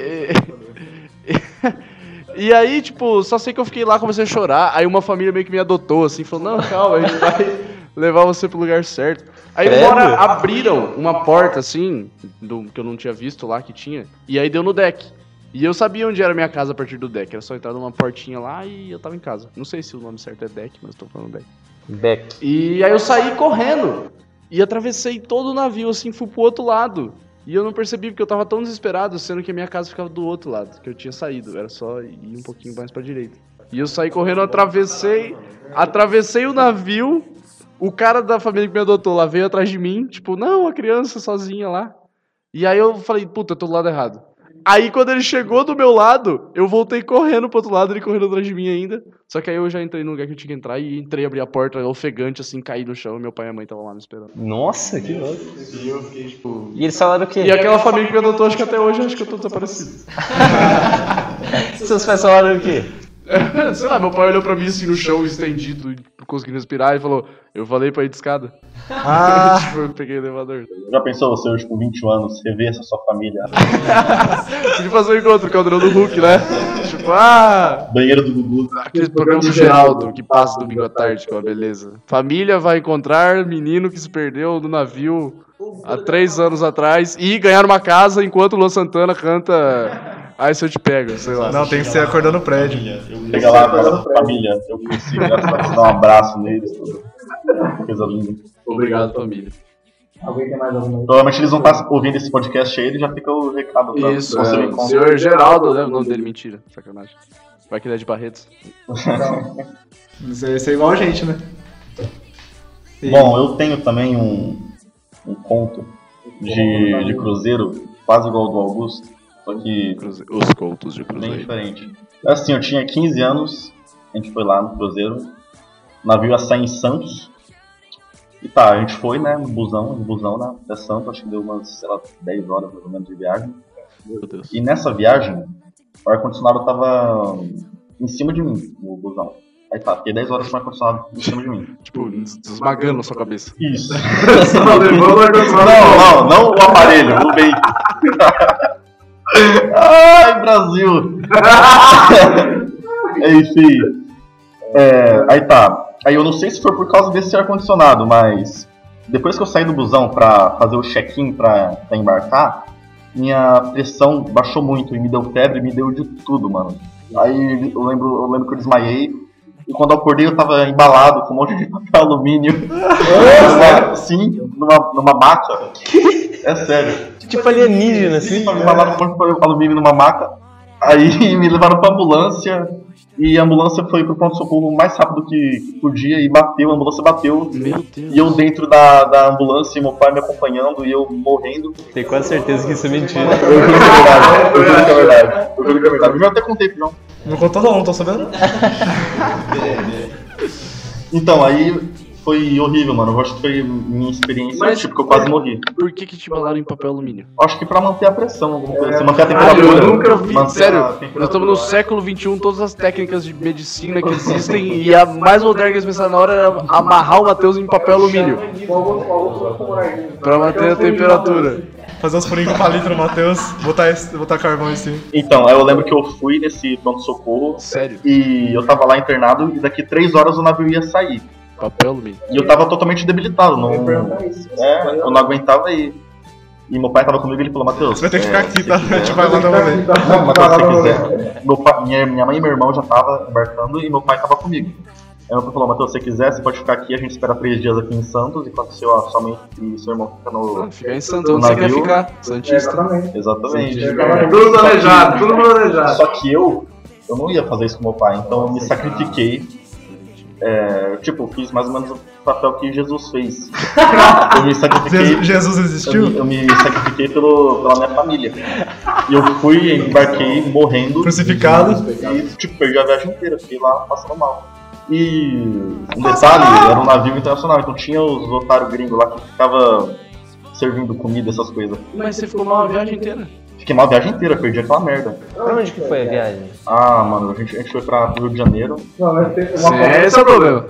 Speaker 1: E e aí, tipo, só sei que eu fiquei lá, comecei a chorar. Aí uma família meio que me adotou, assim, falou: Não, calma, a gente vai levar você pro lugar certo. Aí,
Speaker 2: Credo.
Speaker 1: uma hora, abriram uma porta, assim, do, que eu não tinha visto lá que tinha. E aí deu no deck. E eu sabia onde era a minha casa a partir do deck. Era só entrar numa portinha lá e eu tava em casa. Não sei se o nome certo é deck, mas tô falando deck.
Speaker 2: Beck.
Speaker 1: E aí eu saí correndo e atravessei todo o navio, assim, fui pro outro lado. E eu não percebi porque eu tava tão desesperado, sendo que a minha casa ficava do outro lado, que eu tinha saído, era só ir um pouquinho mais pra direita. E eu saí correndo, atravessei, atravessei o navio. O cara da família que me adotou lá veio atrás de mim, tipo, não, a criança sozinha lá. E aí eu falei, puta, eu tô do lado errado. Aí quando ele chegou do meu lado, eu voltei correndo pro outro lado, ele correndo atrás de mim ainda. Só que aí eu já entrei no lugar que eu tinha que entrar e entrei, abri a porta, ofegante, assim, caí no chão, e meu pai e minha mãe estavam lá me esperando.
Speaker 2: Nossa, que louco. E eu fiquei tipo. E eles falaram o quê?
Speaker 1: E aquela família que me adotou, acho que até hoje, acho que eu tô desaparecido.
Speaker 2: Seus pais falaram o quê?
Speaker 1: Sei lá, meu pai olhou pra mim assim no chão, estendido, conseguindo respirar, e falou, eu falei pra ir de escada.
Speaker 5: Ah,
Speaker 1: Tipo, eu peguei o elevador.
Speaker 3: Já pensou você hoje com 21 anos, rever essa sua família?
Speaker 1: Podia fazer um encontro com o Adriano do Hulk, né? Tipo, ah...
Speaker 3: Banheiro do Gugu.
Speaker 1: Aquele programa do Geraldo Tá. que é passa domingo à tarde, com a beleza. Família vai encontrar menino que se perdeu no navio há três anos atrás e ganhar uma casa enquanto o Luan Santana canta Ai Se Eu Te Pego, sei lá.
Speaker 5: Não, tem que ser acordando o prédio.
Speaker 3: Chega lá, abraça a família. Eu consigo, graças a Deus, dar um abraço neles. Tudo. Coisa linda.
Speaker 1: Obrigado, família.
Speaker 9: Alguém tem mais alguma coisa?
Speaker 3: Provavelmente eles vão estar ouvindo esse podcast aí, ele já fica o recado pra
Speaker 1: Isso,
Speaker 3: você
Speaker 1: é, o
Speaker 3: me encontrar.
Speaker 1: senhor Geraldo, né? O nome dele, mentira, sacanagem. Vai que ele é de Barretos.
Speaker 5: Mas é- Isso é igual a gente, né? E-
Speaker 3: Bom, eu tenho também um, um conto de, de Cruzeiro, quase igual ao do Augusto, só que
Speaker 1: Cruze- Os Coutos de
Speaker 3: bem
Speaker 1: Cruzeiro.
Speaker 3: diferente. Assim, eu tinha 15 anos, a gente foi lá no Cruzeiro, o navio ia sair em Santos, e tá, a gente foi, né, no busão, no busão né, até Santos, acho que deu umas, sei lá, 10 horas mais ou menos de viagem.
Speaker 1: Meu Deus.
Speaker 3: E nessa viagem, o ar-condicionado tava em cima de mim, no busão. Aí tá, fiquei 10 horas com o ar-condicionado em cima de mim.
Speaker 1: Tipo, esmagando a sua cabeça.
Speaker 3: Isso. Não, não, não o aparelho, o bacon. Ai, Brasil! Enfim. É, aí tá. Aí eu não sei se foi por causa desse ar-condicionado, mas depois que eu saí do busão pra fazer o check-in pra, pra embarcar, minha pressão baixou muito e me deu febre, me deu de tudo, mano. Aí eu lembro, eu lembro que eu desmaiei. E quando eu acordei eu tava embalado com um monte de papel alumínio. Numa- Sim, numa, numa maca. É sério.
Speaker 2: Tipo alienígena, assim.
Speaker 3: Me embalaram com um monte de papel alumínio numa maca. Aí me levaram pra ambulância. E a ambulância foi pro pronto-socorro o mais rápido que podia e bateu, a ambulância bateu.
Speaker 1: Meu Deus.
Speaker 3: E eu dentro da, da ambulância e meu pai me acompanhando e eu morrendo.
Speaker 2: Tenho quase certeza que isso é mentira.
Speaker 3: Eu juro que é verdade. Eu juro que é verdade. Eu juro que é verdade. Eu até contei pro João.
Speaker 5: Não contou não, não tô sabendo.
Speaker 3: Então, aí foi horrível, mano. Eu acho que foi minha experiência,
Speaker 1: Mas-
Speaker 3: tipo, que eu quase morri.
Speaker 1: Por que que te embalaram em papel alumínio?
Speaker 3: Eu Acho que pra manter a pressão, alguma coisa assim, manter a
Speaker 1: Caralho,
Speaker 3: temperatura.
Speaker 1: eu nunca vi.
Speaker 3: manter
Speaker 1: Sério,
Speaker 3: a
Speaker 1: nós
Speaker 3: temperatura.
Speaker 1: estamos no século XXI, todas as técnicas de medicina que existem e a mais moderna que eles pensaram na hora era amarrar o Matheus em papel alumínio pra manter a temperatura.
Speaker 5: Fazer uns furinhos com palito no Matheus, botar, esse- botar carvão em cima.
Speaker 3: Então, aí eu lembro que eu fui nesse pronto-socorro
Speaker 1: Sério,
Speaker 3: e eu tava lá internado e daqui três horas o navio ia sair.
Speaker 1: papel alumínio.
Speaker 3: E eu tava totalmente debilitado, não,
Speaker 9: Eu ia perguntar isso.
Speaker 3: é, eu não aguentava ir. E meu pai tava comigo e ele falou, Matheus...
Speaker 5: Você vai ter que
Speaker 3: é,
Speaker 5: ficar aqui,
Speaker 3: se
Speaker 5: tá?
Speaker 3: quiser-
Speaker 5: A gente vai lá dar uma vez.
Speaker 3: Não, mas se você quiser. Meu pai- minha, minha mãe e meu irmão já tava embarcando e meu pai tava comigo. Aí meu pai falou, Matheus, se você quiser, você pode ficar aqui, a gente espera três dias aqui em Santos, enquanto seu, sua mãe e seu irmão ficam no.
Speaker 1: Ficar em Santos, onde você quer
Speaker 3: Navio.
Speaker 1: ficar? Santista.
Speaker 9: Exatamente.
Speaker 3: Exatamente.
Speaker 9: Tudo
Speaker 3: planejado,
Speaker 9: tudo planejado.
Speaker 3: Só que eu, eu não ia fazer isso com meu pai, então eu me sacrifiquei. É, tipo, eu fiz mais ou menos o papel que Jesus fez. Eu me sacrifiquei
Speaker 5: Jesus, Jesus
Speaker 3: eu, me-
Speaker 5: existiu?
Speaker 3: eu me sacrifiquei pelo, pela minha família. E eu fui, embarquei morrendo.
Speaker 5: Crucificado.
Speaker 3: E, tipo, perdi a viagem inteira, fiquei lá passando mal. E um detalhe, era um navio internacional, então tinha os otários gringos lá que ficava servindo comida, essas coisas.
Speaker 1: Mas você ficou mal a viagem inteira.
Speaker 3: Fiquei mal a viagem inteira, perdi aquela merda.
Speaker 2: Pra onde que foi a viagem?
Speaker 3: Ah, mano, a gente, a gente foi pra pro Rio de Janeiro.
Speaker 9: Não, mas tem uma
Speaker 1: É, Esse é o problema.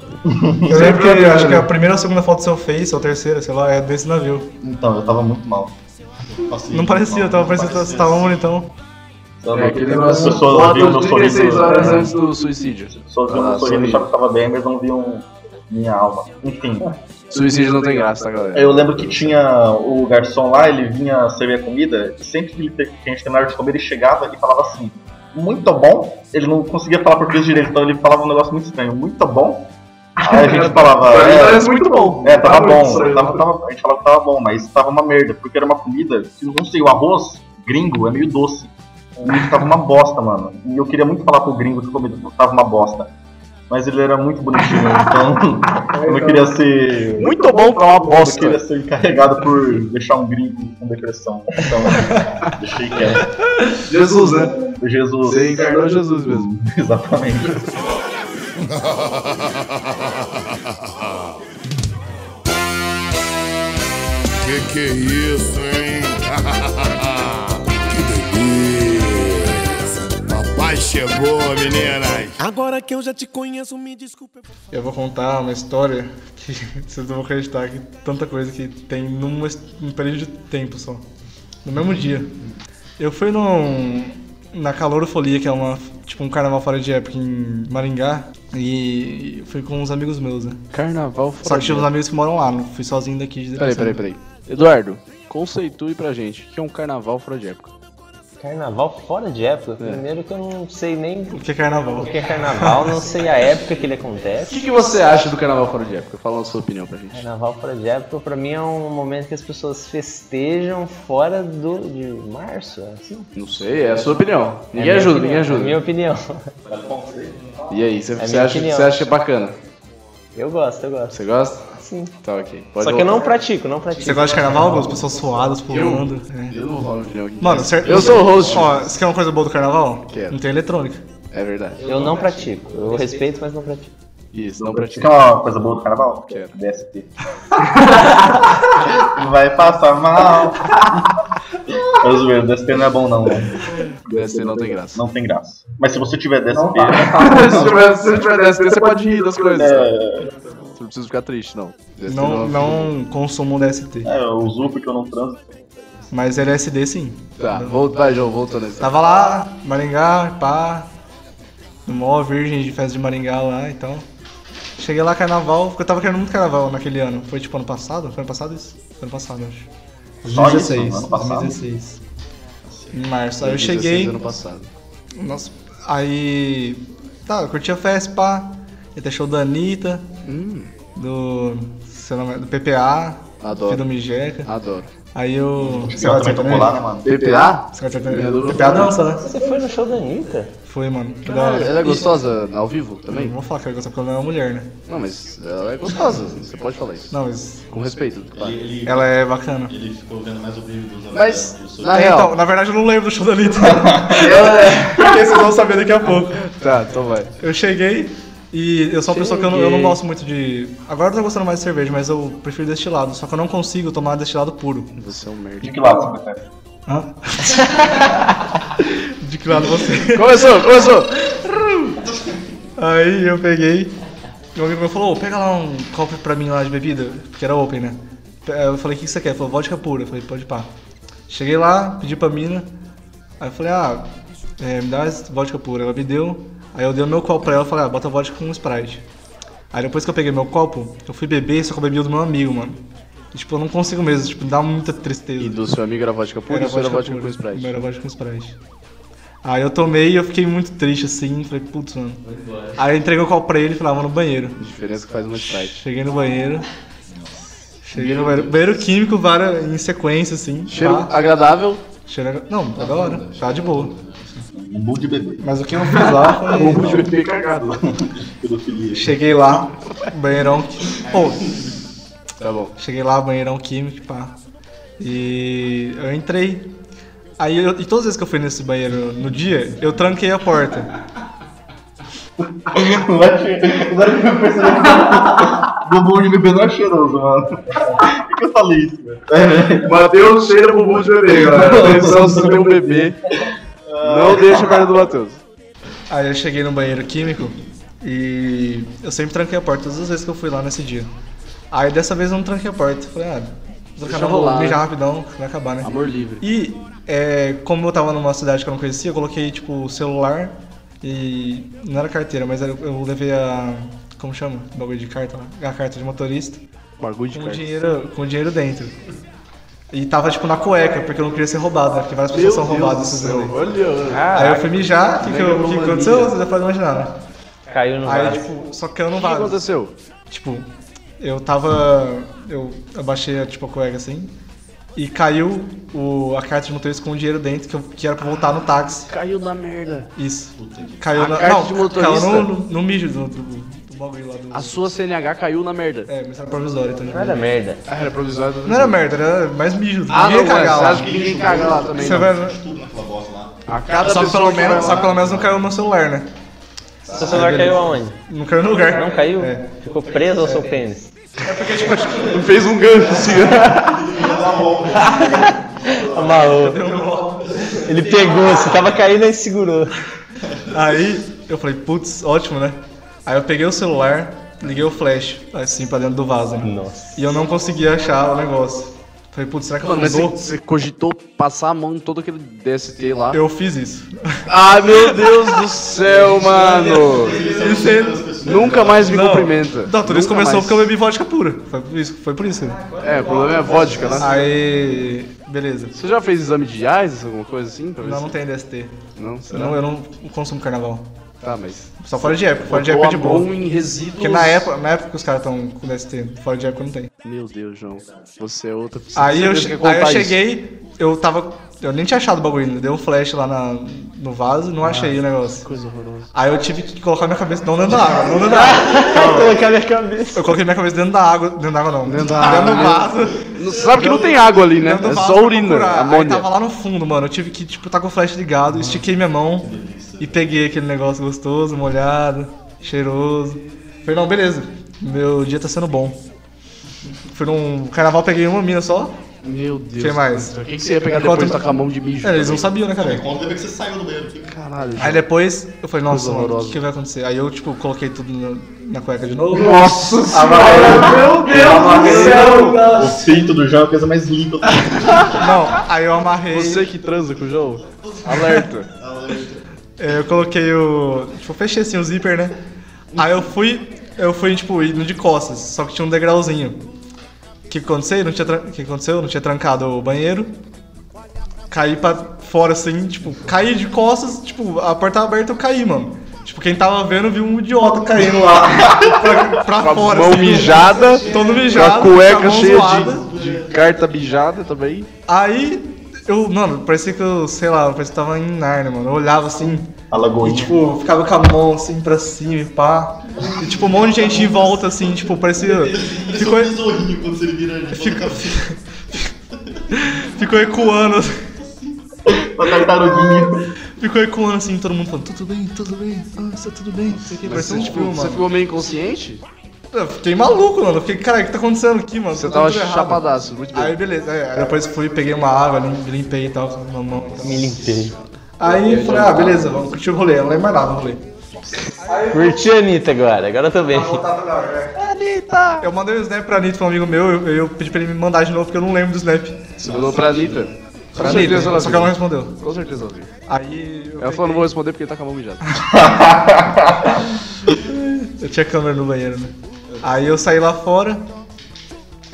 Speaker 5: Eu lembro que eu acho que a primeira ou segunda foto seu face, ou a terceira, sei lá, é desse navio.
Speaker 3: Então, eu tava muito mal. Nossa,
Speaker 5: Não
Speaker 3: eu-
Speaker 5: parecia,
Speaker 3: não,
Speaker 5: tava
Speaker 3: não
Speaker 5: parecendo que você
Speaker 3: parecia.
Speaker 5: tava então. bonitão.
Speaker 3: Tava-
Speaker 1: É aquele negócio.
Speaker 3: As pessoas viam meu
Speaker 1: Fotos
Speaker 3: sorriso.
Speaker 1: 36 horas antes do suicídio.
Speaker 3: Pessoas viam
Speaker 1: Ah,
Speaker 3: meu sorriso,
Speaker 1: sorriso.
Speaker 3: achavam que tava bem, mas não viam minha alma. Enfim.
Speaker 1: Suicídio não tem graça, tá, galera?
Speaker 3: É, Eu lembro que tinha o garçom lá, ele vinha servir a comida, e sempre que, ele, te- que a gente terminava de comer, ele chegava e falava assim, muito bom. Ele não conseguia falar português direito, então ele falava um negócio muito estranho, muito bom. Aí a gente falava,
Speaker 1: Pra mim
Speaker 3: é,
Speaker 1: parece muito bom. Tá
Speaker 3: é, tava
Speaker 1: muito
Speaker 3: bom,
Speaker 1: estranho.
Speaker 3: tava, tava- a gente falava que tava bom, mas tava uma merda, porque era uma comida, que não sei, o arroz gringo é meio doce. E tava uma bosta, mano. E eu queria muito falar pro gringo que a comida tava uma bosta. Mas ele era muito bonitinho, então eu não queria ser
Speaker 1: Muito bom pra uma
Speaker 3: eu
Speaker 1: bosta.
Speaker 3: queria ser encarregado por deixar um gringo com depressão. Então, deixei quieto.
Speaker 1: Jesus, né?
Speaker 3: Jesus.
Speaker 1: Você encarnou Jesus mesmo.
Speaker 3: Exatamente.
Speaker 8: Que que é isso, hein? que delícia! Papai chegou, meninas!
Speaker 7: Agora que eu já te conheço, me desculpe.
Speaker 5: Eu vou contar uma história que vocês não vão acreditar que tanta coisa que tem num, es- num período de tempo só. No mesmo dia. Eu fui num. na Calorofolia, que é uma, tipo um carnaval fora de época em Maringá, e fui com uns amigos meus, né?
Speaker 1: Carnaval
Speaker 5: Só
Speaker 1: fora.
Speaker 5: que tinha uns amigos que moram lá, não fui sozinho daqui de
Speaker 1: Peraí,
Speaker 5: Dracena.
Speaker 1: peraí, peraí. Eduardo, conceitue pra gente o que é um carnaval fora de época.
Speaker 2: Carnaval fora de época?
Speaker 1: É.
Speaker 2: Primeiro que eu não sei nem
Speaker 5: O que é carnaval?
Speaker 2: o que é carnaval, não sei a época que ele
Speaker 1: O
Speaker 2: acontece.
Speaker 1: que, que você acha do carnaval fora de época? Fala a sua opinião pra gente.
Speaker 2: Carnaval fora de época, pra mim, é um momento que as pessoas festejam fora do, de março, é assim?
Speaker 1: Não sei, é a sua opinião.
Speaker 2: É a
Speaker 1: Ninguém
Speaker 2: minha
Speaker 1: ajuda,
Speaker 2: opinião,
Speaker 1: ninguém ajuda.
Speaker 2: É a minha opinião.
Speaker 1: E aí, você, você
Speaker 2: minha
Speaker 1: acha,
Speaker 2: opinião.
Speaker 1: você acha bacana?
Speaker 2: Eu gosto, eu gosto.
Speaker 1: Você gosta?
Speaker 2: Sim.
Speaker 1: Tá, ok. Pode
Speaker 2: Só que eu
Speaker 1: voltar.
Speaker 2: não pratico, não pratico.
Speaker 5: Você gosta de carnaval? Com As pessoas suadas, pulando. É.
Speaker 1: Eu não vou falar opinião aqui.
Speaker 5: Mano, certo.
Speaker 1: Eu sou o host.
Speaker 5: Ó, você quer uma coisa boa do carnaval?
Speaker 1: Quero.
Speaker 5: Não tem eletrônica.
Speaker 1: É verdade.
Speaker 2: Eu não pratico. Eu respeito, mas não pratico.
Speaker 1: Isso, não
Speaker 3: Você quer
Speaker 1: pratica.
Speaker 3: uma coisa boa do carnaval?
Speaker 1: Quero.
Speaker 3: DST. Vai passar mal. Tô zoeiro, DST não é bom não, mano.
Speaker 1: DST não tem graça.
Speaker 3: Não tem graça. Mas se você tiver DST,
Speaker 9: Não tá.
Speaker 1: se tiver, se tiver DST, você pode rir das coisas.
Speaker 3: é,
Speaker 1: Você não precisa ficar triste, não. DST
Speaker 5: Não, não consumam DST.
Speaker 3: é, eu uso porque eu não transo.
Speaker 5: Mas LSD sim.
Speaker 1: Tá, volta, vai, João, volta nesse.
Speaker 5: Tava lá, Maringá, pá. No mó virgem de festa de Maringá lá e tal. Cheguei lá, carnaval, porque eu tava querendo muito carnaval naquele ano. Foi tipo ano passado? Foi ano passado isso? Foi ano passado, eu acho.
Speaker 3: Só isso,
Speaker 5: 2016.
Speaker 3: ano passado?
Speaker 5: 2016. Em março. Aí eu
Speaker 1: 2016
Speaker 5: cheguei.
Speaker 1: Ano passado.
Speaker 5: Nossa, aí. Tá, eu curti a festa, pá. Ia ter show da Anitta,
Speaker 3: Hum.
Speaker 5: do. Seu nome, é- do PPA,
Speaker 1: Adoro.
Speaker 5: Fio do Mijeca.
Speaker 1: Adoro.
Speaker 5: Aí eu.
Speaker 3: Porque ela também tocou lá, né, mano?
Speaker 1: PPA?
Speaker 5: Você gosta de
Speaker 1: Vereador
Speaker 5: sertanejo? PPA dança, né?
Speaker 2: Você foi no show da Anitta?
Speaker 5: Foi, mano. Que da hora.
Speaker 1: Ela é gostosa ao vivo
Speaker 5: Não
Speaker 1: também?
Speaker 5: vou falar que ela gosta porque ela não é uma mulher, né?
Speaker 1: Não, mas ela é gostosa, você pode falar isso.
Speaker 5: Não, mas
Speaker 1: Com respeito, claro.
Speaker 5: ela é bacana.
Speaker 4: Ele ficou vendo mais o vídeo dos
Speaker 1: Mas, na
Speaker 5: É,
Speaker 1: real. é.
Speaker 5: então, na verdade eu não lembro do show da Anitta. porque vocês vão saber daqui a pouco.
Speaker 1: Tá, então vai.
Speaker 5: Eu cheguei e eu sou uma pessoa que eu não, eu não gosto muito de. Agora eu tô gostando mais de cerveja, mas eu prefiro destilado. Só que eu não consigo tomar destilado puro.
Speaker 1: Você é um merda.
Speaker 3: De que lado você prefere?
Speaker 5: Hã? de que lado você?
Speaker 1: Começou, começou!
Speaker 5: Aí eu peguei. E um amigo meu falou: "Ô, pega lá um copo pra mim lá de bebida, porque era open, né? Pe- Eu falei: o que que você quer? Ele falou: vodka pura. Eu falei: pode pá. Cheguei lá, pedi pra mina. Aí eu falei: ah, é, me dá essa vodka pura. Ela me deu. Aí eu dei o meu copo pra ela e falei: ah, bota vodka com sprite. Aí depois que eu peguei meu copo, eu fui beber, só que eu bebi o do meu amigo, mano. E, tipo, eu não consigo mesmo, tipo, dá muita tristeza.
Speaker 1: E do seu amigo era vodka pura, isso era vodka
Speaker 5: pura.
Speaker 1: com Sprite.
Speaker 5: Era vodka com Sprite. Aí eu tomei e eu fiquei muito triste assim, falei, putz, mano. Aí eu entreguei o copo pra ele e falei, ah, vou no banheiro.
Speaker 1: A diferença que faz uma Sprite.
Speaker 5: Cheguei no banheiro. Cheguei no banheiro. Banheiro químico, vara em sequência, assim.
Speaker 1: Cheiro
Speaker 5: pá.
Speaker 1: agradável,
Speaker 5: Cheiro- Não, tá da hora. Tá de boa.
Speaker 3: Um bom de bebê.
Speaker 5: Mas o que eu fiz lá foi.
Speaker 1: de bebê cagado.
Speaker 3: Pedofilia.
Speaker 5: Cheguei lá, banheirão. qui- Pô,
Speaker 1: Tá bom.
Speaker 5: Cheguei lá, banheirão químico, pá. E eu entrei. Aí eu- e todas as vezes que eu fui nesse banheiro no dia, eu tranquei a porta.
Speaker 3: Agora que eu percebi que o bumbum de bebê não é cheiroso, mano. Por que eu falei isso, velho?
Speaker 1: Matheus cheira bumbum de bebê, galera. Ah. Atenção, se tem um bebê, não deixa perto do Matheus.
Speaker 5: Aí eu cheguei no banheiro químico e eu sempre tranquei a porta todas as vezes que eu fui lá nesse dia. Aí dessa vez eu não tranquei a porta. Falei, ah, vou trancar, não, vou
Speaker 1: rolar,
Speaker 5: mijar rapidão, vai acabar, né?
Speaker 1: Amor livre.
Speaker 5: E é, como eu tava numa cidade que eu não conhecia, eu coloquei tipo o celular e. não era carteira, mas era- eu levei a. como chama? O bagulho de carta lá? A carta de motorista.
Speaker 1: Bagulho de
Speaker 5: com
Speaker 1: carne.
Speaker 5: dinheiro, com dinheiro dentro. E tava tipo na cueca, porque eu não queria ser roubado, né? Porque várias pessoas são roubadas esses rolês.
Speaker 1: Olha,
Speaker 2: Ah,
Speaker 5: Aí eu fui mijar, o que, que, eu- que aconteceu? Você já pode imaginar, né?
Speaker 2: Caiu no
Speaker 5: Aí,
Speaker 2: vaso.
Speaker 5: tipo, só que eu não
Speaker 1: o que
Speaker 5: vazo.
Speaker 1: aconteceu?
Speaker 5: Tipo, eu tava. Eu abaixei tipo, a cueca assim. E caiu o, a carta de motorista com o dinheiro dentro, que, eu, que era pra voltar no táxi.
Speaker 1: Caiu na merda.
Speaker 5: Isso. Caiu
Speaker 1: A
Speaker 5: na.
Speaker 1: carta
Speaker 5: não,
Speaker 1: de motorista?
Speaker 5: Caiu no, no, no mijo do, do, do bagulho lá do.
Speaker 1: A sua CNH caiu na merda.
Speaker 5: É, mas era provisório, então.
Speaker 2: Não era merda.
Speaker 1: Ah, era provisório.
Speaker 5: Não era merda, era mais mijo.
Speaker 1: Ah,
Speaker 5: Ninguém
Speaker 1: não, mas
Speaker 5: ia cagar
Speaker 1: você
Speaker 5: lá.
Speaker 1: acha que ninguém caga lá também, né?
Speaker 5: Você
Speaker 1: não?
Speaker 5: vai,
Speaker 1: A cada
Speaker 5: Só que,
Speaker 1: pessoa
Speaker 5: pelo
Speaker 1: que
Speaker 5: menos,
Speaker 1: vai
Speaker 5: só
Speaker 1: lá-
Speaker 5: que pelo menos não caiu no meu celular, né?
Speaker 2: Seu celular caiu aonde?
Speaker 5: Não caiu no lugar.
Speaker 2: Não caiu?
Speaker 5: É.
Speaker 2: Ficou preso ao seu pênis?
Speaker 1: Fez um gancho assim.
Speaker 5: né?
Speaker 2: Amarrou. Ele pegou, você tava caindo e segurou.
Speaker 5: Aí eu falei, putz, ótimo, né? Aí eu peguei o celular, liguei o flash, assim, pra dentro do vaso, né?
Speaker 2: Nossa.
Speaker 5: E eu não conseguia achar o negócio. Falei, Falei, putz, será que eu
Speaker 1: Mano, mas
Speaker 5: usou?
Speaker 1: você, você cogitou passar a mão em todo aquele DST lá?
Speaker 5: Eu fiz isso.
Speaker 1: Ah, meu Deus do céu, mano! Nunca mais me
Speaker 5: Não.
Speaker 1: cumprimenta.
Speaker 5: Não, tudo isso
Speaker 1: Nunca
Speaker 5: começou
Speaker 1: mais.
Speaker 5: porque eu bebi vodka pura. Foi por isso. Foi por isso.
Speaker 1: É, o problema é a vodka, né?
Speaker 5: Aí. Beleza.
Speaker 1: Você já fez exame de AIDS, alguma coisa assim? Pra ver
Speaker 5: Não,
Speaker 1: se-
Speaker 5: não tem DST.
Speaker 1: Não,
Speaker 5: Eu
Speaker 1: será?
Speaker 5: não, eu não consumo carnaval.
Speaker 1: Tá, mas.
Speaker 5: Só fora de época. Fora de época é de
Speaker 1: Botou a mão
Speaker 5: boa.
Speaker 1: em resíduos.
Speaker 5: Porque na época, na época que os caras estão com DST, fora de época não tem.
Speaker 1: Meu Deus, João. Você é outra pessoa.
Speaker 5: Aí eu,
Speaker 1: Você
Speaker 5: che-
Speaker 1: quer
Speaker 5: aí eu
Speaker 1: contar isso.
Speaker 5: cheguei, eu tava. Eu nem tinha achado o bagulho, ainda, deu um flash lá na- no vaso, não achei o negócio. Coisa horrorosa. Aí eu tive que colocar minha cabeça. Não dentro da água, não dentro da água.
Speaker 2: Colocar minha cabeça.
Speaker 5: Eu coloquei minha cabeça dentro da água. Dentro da água não. Dentro da água. Dentro do vaso.
Speaker 1: Não- Você sabe que não tem água ali, né?
Speaker 5: Dentro do
Speaker 1: É
Speaker 5: vaso
Speaker 1: só
Speaker 5: pra
Speaker 1: urina,
Speaker 5: procurar. Aí
Speaker 1: amônia.
Speaker 5: tava lá no fundo, mano. Eu tive que, tipo, tá com o flash ligado, estiquei minha mão e peguei aquele negócio gostoso, molhado, cheiroso. Falei, não, beleza. Meu dia tá sendo bom. Fui num carnaval, peguei uma mina só.
Speaker 1: Meu Deus.
Speaker 5: Quem mais?
Speaker 1: O que, que você ia pegar
Speaker 5: Eu conto-
Speaker 1: depois de tá com a mão de mijo?
Speaker 5: É, eles não sabiam, né, cara?
Speaker 4: Conta depois que você saiu do banheiro. que-
Speaker 1: Caralho,
Speaker 5: Aí
Speaker 1: João.
Speaker 5: depois eu falei, nossa,
Speaker 1: Coisa
Speaker 5: mano, o
Speaker 1: horrorosa.
Speaker 5: que, que vai acontecer? Aí eu, tipo, coloquei tudo na, na cueca de novo.
Speaker 1: Nossa
Speaker 3: Meu Deus do céu! O peito do João é a coisa mais limpa.
Speaker 5: Não, aí eu amarrei.
Speaker 1: Você que transa com o João? Alerta.
Speaker 5: É, Eu coloquei o. Tipo, eu fechei assim o zíper, né? Aí eu fui. Eu fui, tipo, indo de costas, só que tinha um degrauzinho. O que aconteceu? Não tinha tran- o que aconteceu? Não tinha trancado o banheiro. Caí pra fora assim, tipo, caí de costas, tipo, a porta aberta eu caí, mano. Tipo, quem tava vendo viu um idiota caindo lá. pra, pra
Speaker 1: Com a
Speaker 5: fora,
Speaker 1: mão
Speaker 5: assim.
Speaker 1: mijada.
Speaker 5: Todo
Speaker 1: Com
Speaker 5: mijado.
Speaker 1: a
Speaker 5: com a
Speaker 1: cueca
Speaker 5: mão
Speaker 1: cheia
Speaker 5: zoada.
Speaker 1: de, de carta mijada também.
Speaker 5: Aí, eu, mano, parecia que eu, sei lá, parecia que eu tava em Narnia, mano. Eu olhava assim,
Speaker 3: A
Speaker 5: e,
Speaker 3: lagoinha.
Speaker 5: tipo, ficava com a mão assim pra cima e pá. E, tipo, um monte de gente em volta, assim, tipo, parecia.
Speaker 4: Pareceu
Speaker 5: Ficou,
Speaker 4: um besorrinho quando você vira de
Speaker 5: Fica-
Speaker 4: ponta cabeça.
Speaker 5: ficou ecoando.
Speaker 3: Uma tartaruguinha.
Speaker 5: Ficou ecoando assim, todo mundo falando, tudo bem, tudo bem, ah, está tudo bem, não sei o que,
Speaker 1: Mas
Speaker 5: parecia
Speaker 1: você,
Speaker 5: um
Speaker 1: tipo,
Speaker 5: filme,
Speaker 1: você
Speaker 5: mano.
Speaker 1: ficou meio inconsciente?
Speaker 5: Eu fiquei maluco, mano. Eu fiquei, cara, o que tá acontecendo aqui, mano?
Speaker 1: Você
Speaker 5: Tá
Speaker 1: tava
Speaker 5: tudo errado."
Speaker 1: chapadaço, muito bem.
Speaker 5: Aí beleza, é, aí depois fui, peguei uma água, lim- limpei e tal, com uma mão. e tal.
Speaker 2: Me limpei.
Speaker 5: Aí eu falei, ah, beleza, vamos curtir o rolê, eu não lembro mais nada do rolê.
Speaker 2: Curti a Anitta agora, Tá agora eu tô bem.
Speaker 5: Eu mandei um snap pra Anitta, pra um amigo meu, eu, eu pedi pra ele me mandar de novo, porque eu não lembro do snap.
Speaker 1: Você mandou pra Anitta. Com
Speaker 5: Pra Anitta,
Speaker 1: certeza ela
Speaker 5: só que ela não
Speaker 1: viu.
Speaker 5: respondeu.
Speaker 1: Com certeza ela viu.
Speaker 5: Aí eu,
Speaker 1: Ela
Speaker 5: peguei-
Speaker 1: falou, não vou responder porque ele tá com a mão mijada.
Speaker 5: eu tinha câmera no banheiro, né? Aí eu saí lá fora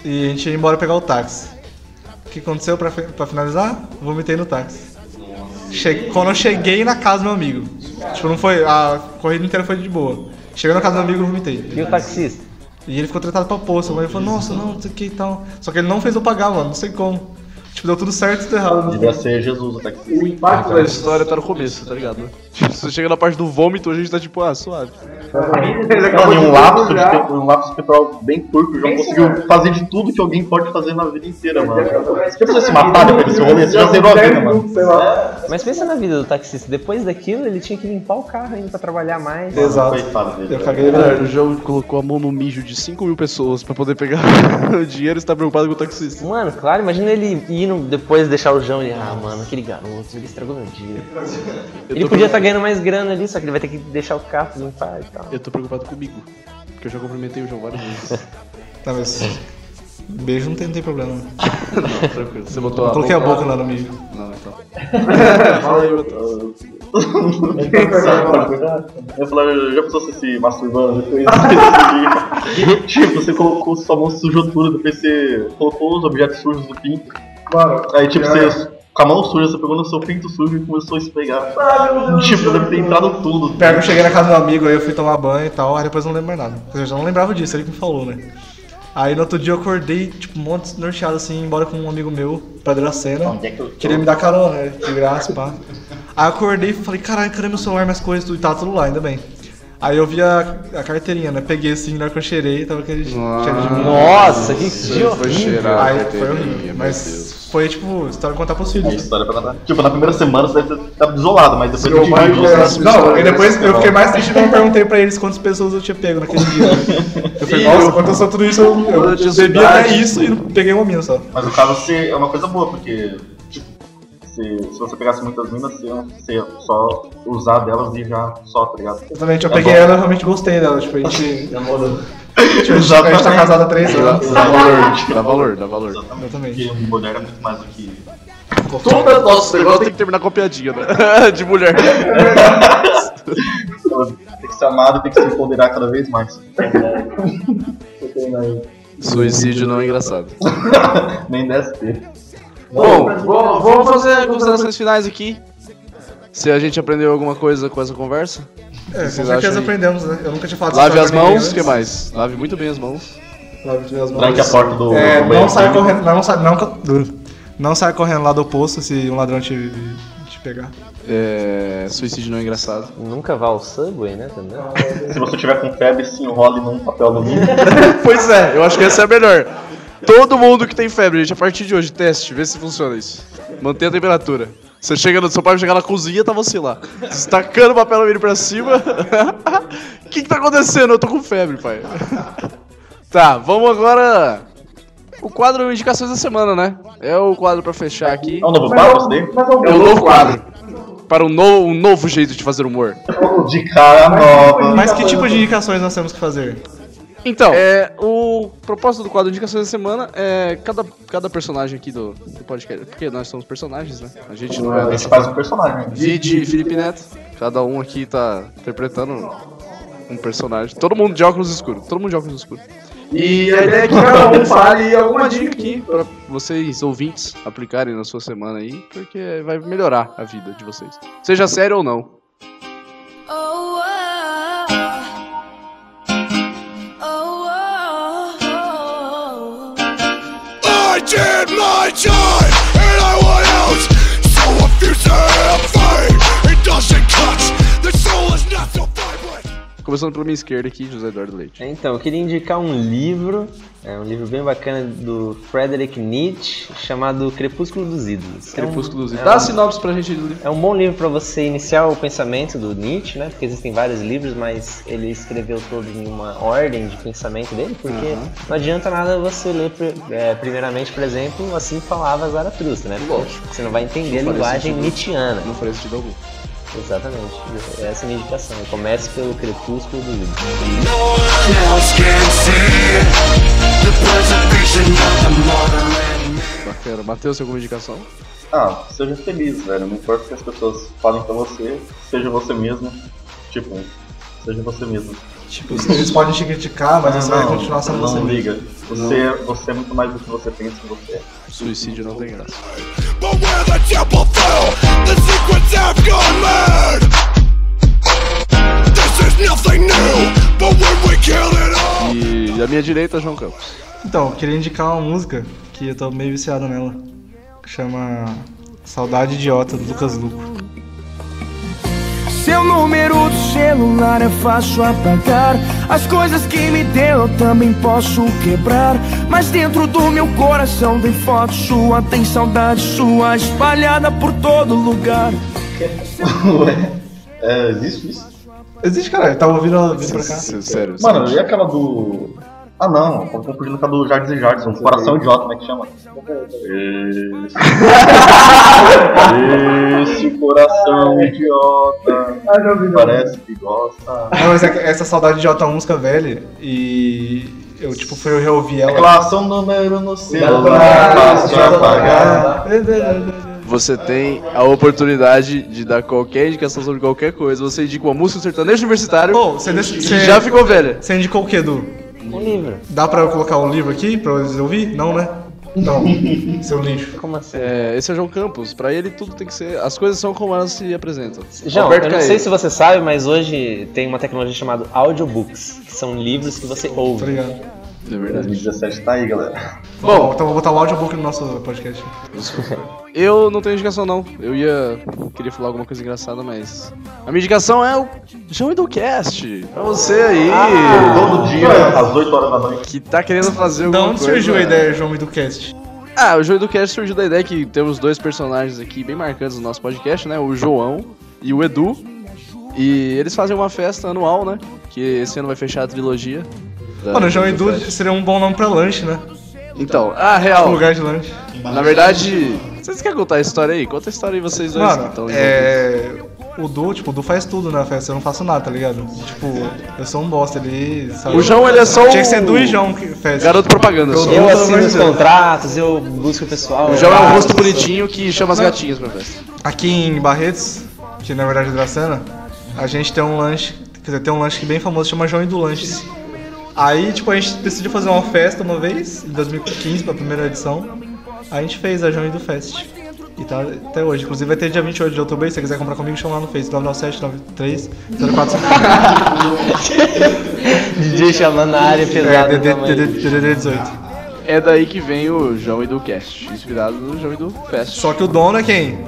Speaker 5: e a gente ia embora pegar o táxi. O que aconteceu pra, fi- pra finalizar? Vomitei no táxi. Che- Quando eu cheguei na casa do meu amigo, tipo, não foi. A corrida inteira foi de boa. Cheguei na casa do meu amigo, vomitei.
Speaker 2: E o taxista?
Speaker 5: E ele ficou tratado pra poça. Mas ele falou, nossa, não, não sei o que e tal. Só que ele não fez eu pagar, mano, não sei como. Tipo, deu tudo certo e tudo errado.
Speaker 3: Devia ser Jesus o taxista.
Speaker 9: O impacto
Speaker 1: A
Speaker 9: da
Speaker 1: história tá no começo, tá ligado? né? Você chega na parte do vômito, a gente tá tipo, ah, suave.
Speaker 9: história.
Speaker 3: Mano, em um lapso, de tempo, em um lapso temporal bem curto, o João conseguiu fazer de tudo que alguém pode fazer na vida inteira, mano. Tipo, Você precisa se matar depois desse rolê, você já zerou a vida, mano.
Speaker 9: Sei lá.
Speaker 2: Mas pensa na vida do taxista, depois daquilo ele tinha que limpar o carro ainda pra trabalhar mais.
Speaker 5: Exato.
Speaker 3: Coitado dele,
Speaker 5: Eu
Speaker 3: velho.
Speaker 5: caguei né?
Speaker 1: Cara, o João colocou a mão no mijo de 5 mil pessoas pra poder pegar o dinheiro e você tá preocupado com o taxista.
Speaker 2: Mano, claro, imagina ele ir no- depois deixar o João e ele, ah, mano, aquele garoto, ele estragou meu
Speaker 1: Eu
Speaker 2: dia. Ele
Speaker 1: tô
Speaker 2: podia
Speaker 1: preocupado-
Speaker 2: estar ganhando mais grana ali, só que ele vai ter que deixar o carro limpar e tal.
Speaker 1: Eu tô preocupado comigo. Porque eu já cumprimentei o João várias vezes.
Speaker 5: Tá, mas. Beijo não tem, não tem problema.
Speaker 1: Não, tranquilo. Você botou
Speaker 5: Eu
Speaker 1: a.
Speaker 5: coloquei a boca lá no mijo.
Speaker 1: Não, então.
Speaker 3: Sabe qual é a coisa? Eu falei, já pensou você se masturbando? depois desse dia? tipo, você colocou sua mão sujou tudo, depois você colocou os objetos sujos do pinto.
Speaker 9: Mano,
Speaker 3: Aí tipo,
Speaker 9: já-
Speaker 3: você com a mão suja, você pegou no seu pinto sujo e começou a esfregar.
Speaker 9: Ah, meu Deus do
Speaker 3: Tipo,
Speaker 9: céu.
Speaker 3: deve ter entrado tudo.
Speaker 5: Pior que eu cheguei na casa do amigo, aí eu fui tomar banho e tal, aí depois eu não lembro mais nada. Quer dizer, Eu já não lembrava disso, ele que me falou, né? Aí no outro dia eu acordei, tipo, um monte de norteado assim, embora com um amigo meu, pra Dracena.
Speaker 3: Onde é que eu tô?
Speaker 5: Queria me dar carona, né? De graça, pá. Aí eu acordei e falei, caralho, cadê meu celular, minhas coisas, tudo, e tava tudo lá, ainda bem. Aí eu vi a, a carteirinha, né? Peguei assim, na hora que eu cheirei, tava aquele cheiro de mim.
Speaker 2: Nossa, que
Speaker 1: Foi
Speaker 2: dia horrível.
Speaker 1: cheirar.
Speaker 5: Aí
Speaker 1: a
Speaker 5: foi
Speaker 1: carteirinha,
Speaker 5: horrível,
Speaker 1: meu Deus.
Speaker 5: mas foi tipo, história pra contar pros
Speaker 3: É a
Speaker 5: filhos.
Speaker 3: história pra contar. Tipo, na primeira semana você deve estar isolado, mas depois eu
Speaker 9: vai
Speaker 3: você
Speaker 9: ver.
Speaker 5: Não, e depois eu fiquei mais triste quando eu perguntei pra eles quantas pessoas eu tinha pego naquele dia. Eu falei, nossa, quando eu sou tudo isso, eu, eu
Speaker 1: Eu tinha
Speaker 5: bebi
Speaker 1: cidade.
Speaker 5: até isso e não peguei uma mina só.
Speaker 3: Mas no caso você é uma coisa boa, porque tipo, se, se você pegasse muitas minas, você ia- você ia só usar delas e já só, tá ligado?
Speaker 5: Exatamente, eu peguei ela e realmente gostei dela, tipo, a gente... A gente tá casado há três
Speaker 1: Dá,
Speaker 5: anos.
Speaker 1: dá valor, dá valor, dá valor.
Speaker 5: Exatamente.
Speaker 3: Porque mulher é muito mais do que.
Speaker 1: Toda nossa, negócio tem que terminar com a piadinha, né? De mulher.
Speaker 3: Tem que ser amado, tem que se empoderar cada vez mais.
Speaker 1: Suicídio não é engraçado.
Speaker 3: Nem DST.
Speaker 1: Bom, vamos- vamos fazer considerações finais aqui. Se a gente aprendeu alguma coisa com essa conversa,
Speaker 5: É, com
Speaker 1: Vocês
Speaker 5: certeza
Speaker 1: acham aí?
Speaker 5: aprendemos, né? Eu nunca tinha falado
Speaker 1: lave
Speaker 5: pra
Speaker 1: as
Speaker 5: ninguém
Speaker 1: mãos, o
Speaker 5: antes.
Speaker 1: que mais? Lave muito bem as mãos.
Speaker 5: Lave as mãos.
Speaker 3: Tranque a porta do.
Speaker 5: É,
Speaker 3: do
Speaker 5: não
Speaker 3: banheiro
Speaker 5: sai
Speaker 3: químico.
Speaker 5: correndo, não sai, não, não sai correndo lá do posto se um ladrão te, te pegar.
Speaker 1: É, suicídio não é engraçado.
Speaker 2: Nunca vá ao Subway, né? Também.
Speaker 3: Se você tiver com febre, se enrole num papel alumínio.
Speaker 1: Pois é, eu acho que essa é a melhor. Todo mundo que tem febre, gente, a partir de hoje, teste, vê se funciona isso. Mantenha a temperatura. Você chega no seu pai, vai chegar na cozinha, tá você lá. Destacando o papel alumínio pra cima. O que, que tá acontecendo? Eu tô com febre, pai. tá, vamos agora. O quadro Indicações da Semana, né? É o quadro pra fechar aqui.
Speaker 3: É um novo papo, isso daí?
Speaker 1: É um novo quadro. Para um novo, um novo jeito de fazer humor.
Speaker 3: De cara nova.
Speaker 5: Mas que tipo de indicações nós temos que fazer?
Speaker 1: Então, é, o propósito do quadro Indicações da Semana é cada, cada personagem aqui do, do podcast. Porque nós somos personagens, né? A gente
Speaker 5: tipo-
Speaker 1: não é
Speaker 3: A
Speaker 1: dessa.
Speaker 3: gente faz um personagem.
Speaker 1: Vide Felipe Neto. Cada um aqui tá interpretando um personagem. Todo mundo de óculos escuros. Todo mundo de óculos escuros. E a ideia é que cada um fale alguma dica aqui pra vocês, ouvintes, aplicarem na sua semana aí, porque vai melhorar a vida de vocês. Seja sério ou não.
Speaker 6: Oh, Oh,
Speaker 8: I did my time and I went out. So if you say I'm fine, it doesn't cut. The soul is not so vibrant.
Speaker 1: Começando pela minha esquerda aqui, José Eduardo Leite.
Speaker 2: Então, eu queria indicar um livro, é um livro bem bacana do Frederick Nietzsche, chamado Crepúsculo dos Ídolos.
Speaker 1: Crepúsculo dos
Speaker 2: é um,
Speaker 1: Dá Então, a sinopse pra gente do livro.
Speaker 2: É um bom livro para você iniciar o pensamento do Nietzsche, né? Porque existem vários livros, mas ele escreveu todo em uma ordem de pensamento dele, porque não adianta nada você ler pri- é, primeiramente, por exemplo, assim falava Zaratustra, né? Porque Você não vai entender a
Speaker 1: Não faria
Speaker 2: linguagem
Speaker 1: sentido.
Speaker 2: nietzschiana.
Speaker 1: Não faria sentido algum.
Speaker 2: Exatamente. Essa é a minha indicação. Comece pelo Crepúsculo dos Ídolos.
Speaker 8: No one else can see the preservation of the modern man.
Speaker 1: Bacana. Matheus, alguma indicação?
Speaker 3: Ah, seja feliz, velho. Não importa o que as pessoas falem pra você, seja você mesmo. Tipo, seja você mesmo.
Speaker 5: Tipo, eles podem te criticar, mas você vai continuar sendo
Speaker 3: não
Speaker 5: você mesmo.
Speaker 3: liga. Você, você é muito mais do que você pensa que você é.
Speaker 1: Suicídio não tem graça.
Speaker 8: But where the temple fell, the secrets have gone mad. This is nothing new, but when we kill it all.
Speaker 1: E à minha direita, João Campos.
Speaker 5: Então, eu queria indicar uma música que eu tô meio viciado nela. que Chama Saudade Idiota do Lucas Luco.
Speaker 10: Seu número do celular é fácil apagar. As coisas que me deu eu também posso quebrar. Mas dentro do meu coração tem foto sua, tem saudade sua espalhada por todo lugar.
Speaker 3: Ué? É, existe isso?
Speaker 5: Existe, caralho. Tava ouvindo vindo pra cá.
Speaker 1: S- Sério.
Speaker 3: Mano,
Speaker 1: sério.
Speaker 3: e aquela do. Ah não, tô confundindo com a do Jardim e Jardim, um coração idiota, como é que chama? Esse, Esse coração idiota parece que gosta.
Speaker 5: Não, mas é que essa Saudade Idiota é uma música velha e eu, tipo, fui reouvir ela. é
Speaker 3: Declaração número no celular, fácil de apagar.
Speaker 1: Você tem a oportunidade de dar qualquer indicação sobre qualquer coisa. Você indica uma música um sertanejo universitário
Speaker 5: Ô, você deixa-
Speaker 1: que
Speaker 5: você-
Speaker 1: já ficou velha.
Speaker 5: Você indicou o que, Edu?
Speaker 2: Um livro.
Speaker 5: Dá pra eu colocar um livro aqui pra eles ouvir? Não, né? Não. Seu lixo.
Speaker 2: Como assim?
Speaker 1: É, esse é João Campos. Pra ele, tudo tem que ser. As coisas são como elas se apresentam.
Speaker 2: João,
Speaker 1: Alberto
Speaker 2: eu não sei
Speaker 1: Caeiro.
Speaker 2: se você sabe, mas hoje tem uma tecnologia chamada audiobooks, que são livros que você
Speaker 5: Tá
Speaker 2: ouve.
Speaker 5: ligado?
Speaker 1: É verdade.
Speaker 3: 2017 tá aí, galera.
Speaker 1: Bom,
Speaker 5: então vou botar o audiobook no nosso podcast.
Speaker 1: Eu não tenho indicação, não. Eu ia. Queria falar alguma coisa engraçada, mas. A minha indicação é o João Idolcast. Pra você aí.
Speaker 3: Todo dia, às 8 horas da manhã.
Speaker 1: Que tá querendo fazer
Speaker 5: Da
Speaker 1: alguma
Speaker 5: onde
Speaker 1: coisa. é.
Speaker 5: surgiu a ideia, João, do cast?
Speaker 1: Ah, o João Idolcast surgiu da ideia que temos dois personagens aqui bem marcantes do nosso podcast, né? O João e o Edu. E eles fazem uma festa anual, né? Que esse ano vai fechar a trilogia. da-
Speaker 5: Mano, João Edu
Speaker 1: Idolcast.
Speaker 5: seria um bom nome pra lanche, né?
Speaker 1: Então, ah,
Speaker 5: Um
Speaker 1: real.
Speaker 5: lugar de lanche.
Speaker 1: Na verdade. Vocês querem contar a história aí? Conta a história aí, vocês dois que
Speaker 5: Mano,
Speaker 1: estão
Speaker 5: é... O Du, tipo, o Du faz tudo na festa, eu não faço nada, tá ligado? Tipo, eu sou um bosta, ele sabe.
Speaker 1: O João, ele é só
Speaker 5: Tinha que ser
Speaker 1: o-
Speaker 5: Du e João que festa.
Speaker 1: Garoto propaganda. só.
Speaker 2: Eu
Speaker 5: Pelo
Speaker 2: assino
Speaker 5: amor
Speaker 2: os
Speaker 5: de Deus.
Speaker 2: contratos, eu busco o pessoal.
Speaker 1: O João é
Speaker 2: eu
Speaker 1: um
Speaker 2: faço.
Speaker 1: rosto bonitinho que chama as gatinhas pra festa.
Speaker 5: Aqui em Barretos, que na verdade é Dracena, a gente tem um lanche, quer dizer, tem um lanche que é bem famoso, chama João e do Lanches. Aí, tipo, a gente decidiu fazer uma festa uma vez, em 2015, pra primeira edição. A gente fez a João e do Fest. E tá até hoje. Inclusive vai ter dia 28 de outubro, aí, se você quiser comprar comigo, chama lá no Face, 997 93
Speaker 2: DJ chamando na área pesada.
Speaker 5: É, DD
Speaker 2: do tamanho.
Speaker 5: DD 18.
Speaker 1: É daí que vem o João e do Cast, inspirado no João e do Fest.
Speaker 5: Só que o dono é quem?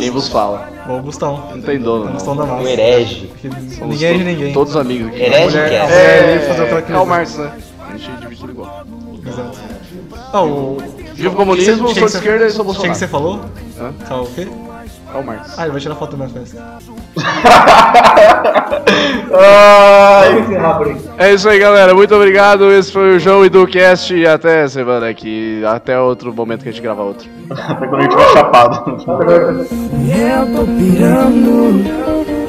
Speaker 1: Quem vos fala?
Speaker 5: O Augustão.
Speaker 1: Não tem dono, não.
Speaker 5: Augustão da
Speaker 2: Um
Speaker 5: massa.
Speaker 2: herege.
Speaker 5: Que
Speaker 1: Somos
Speaker 5: Ninguém é de
Speaker 1: to-
Speaker 5: ninguém.
Speaker 1: Todos amigos aqui.
Speaker 2: Herege
Speaker 5: Mulher-
Speaker 2: que
Speaker 5: a
Speaker 2: é.
Speaker 5: mulher ali fazer o que ela quiser.
Speaker 1: Karl Marx, né? A gente divide tudo igual.
Speaker 5: Exato. Ah, o.
Speaker 1: Viva o comunismo,
Speaker 5: Tinha que
Speaker 1: sou de
Speaker 5: ser-
Speaker 1: esquerda e sou
Speaker 5: O que que
Speaker 1: Bolsonaro.
Speaker 5: você falou?
Speaker 1: Hã?
Speaker 5: Tá, o quê?
Speaker 1: Karl Marx.
Speaker 5: Ah, ele vai tirar foto da minha festa.
Speaker 1: É isso aí, galera. Muito obrigado. Esse foi o João e do Cast. E até semana que... Até outro momento que a gente grava outro.
Speaker 3: Até quando a gente vai chapado.
Speaker 6: Eu tô pirando.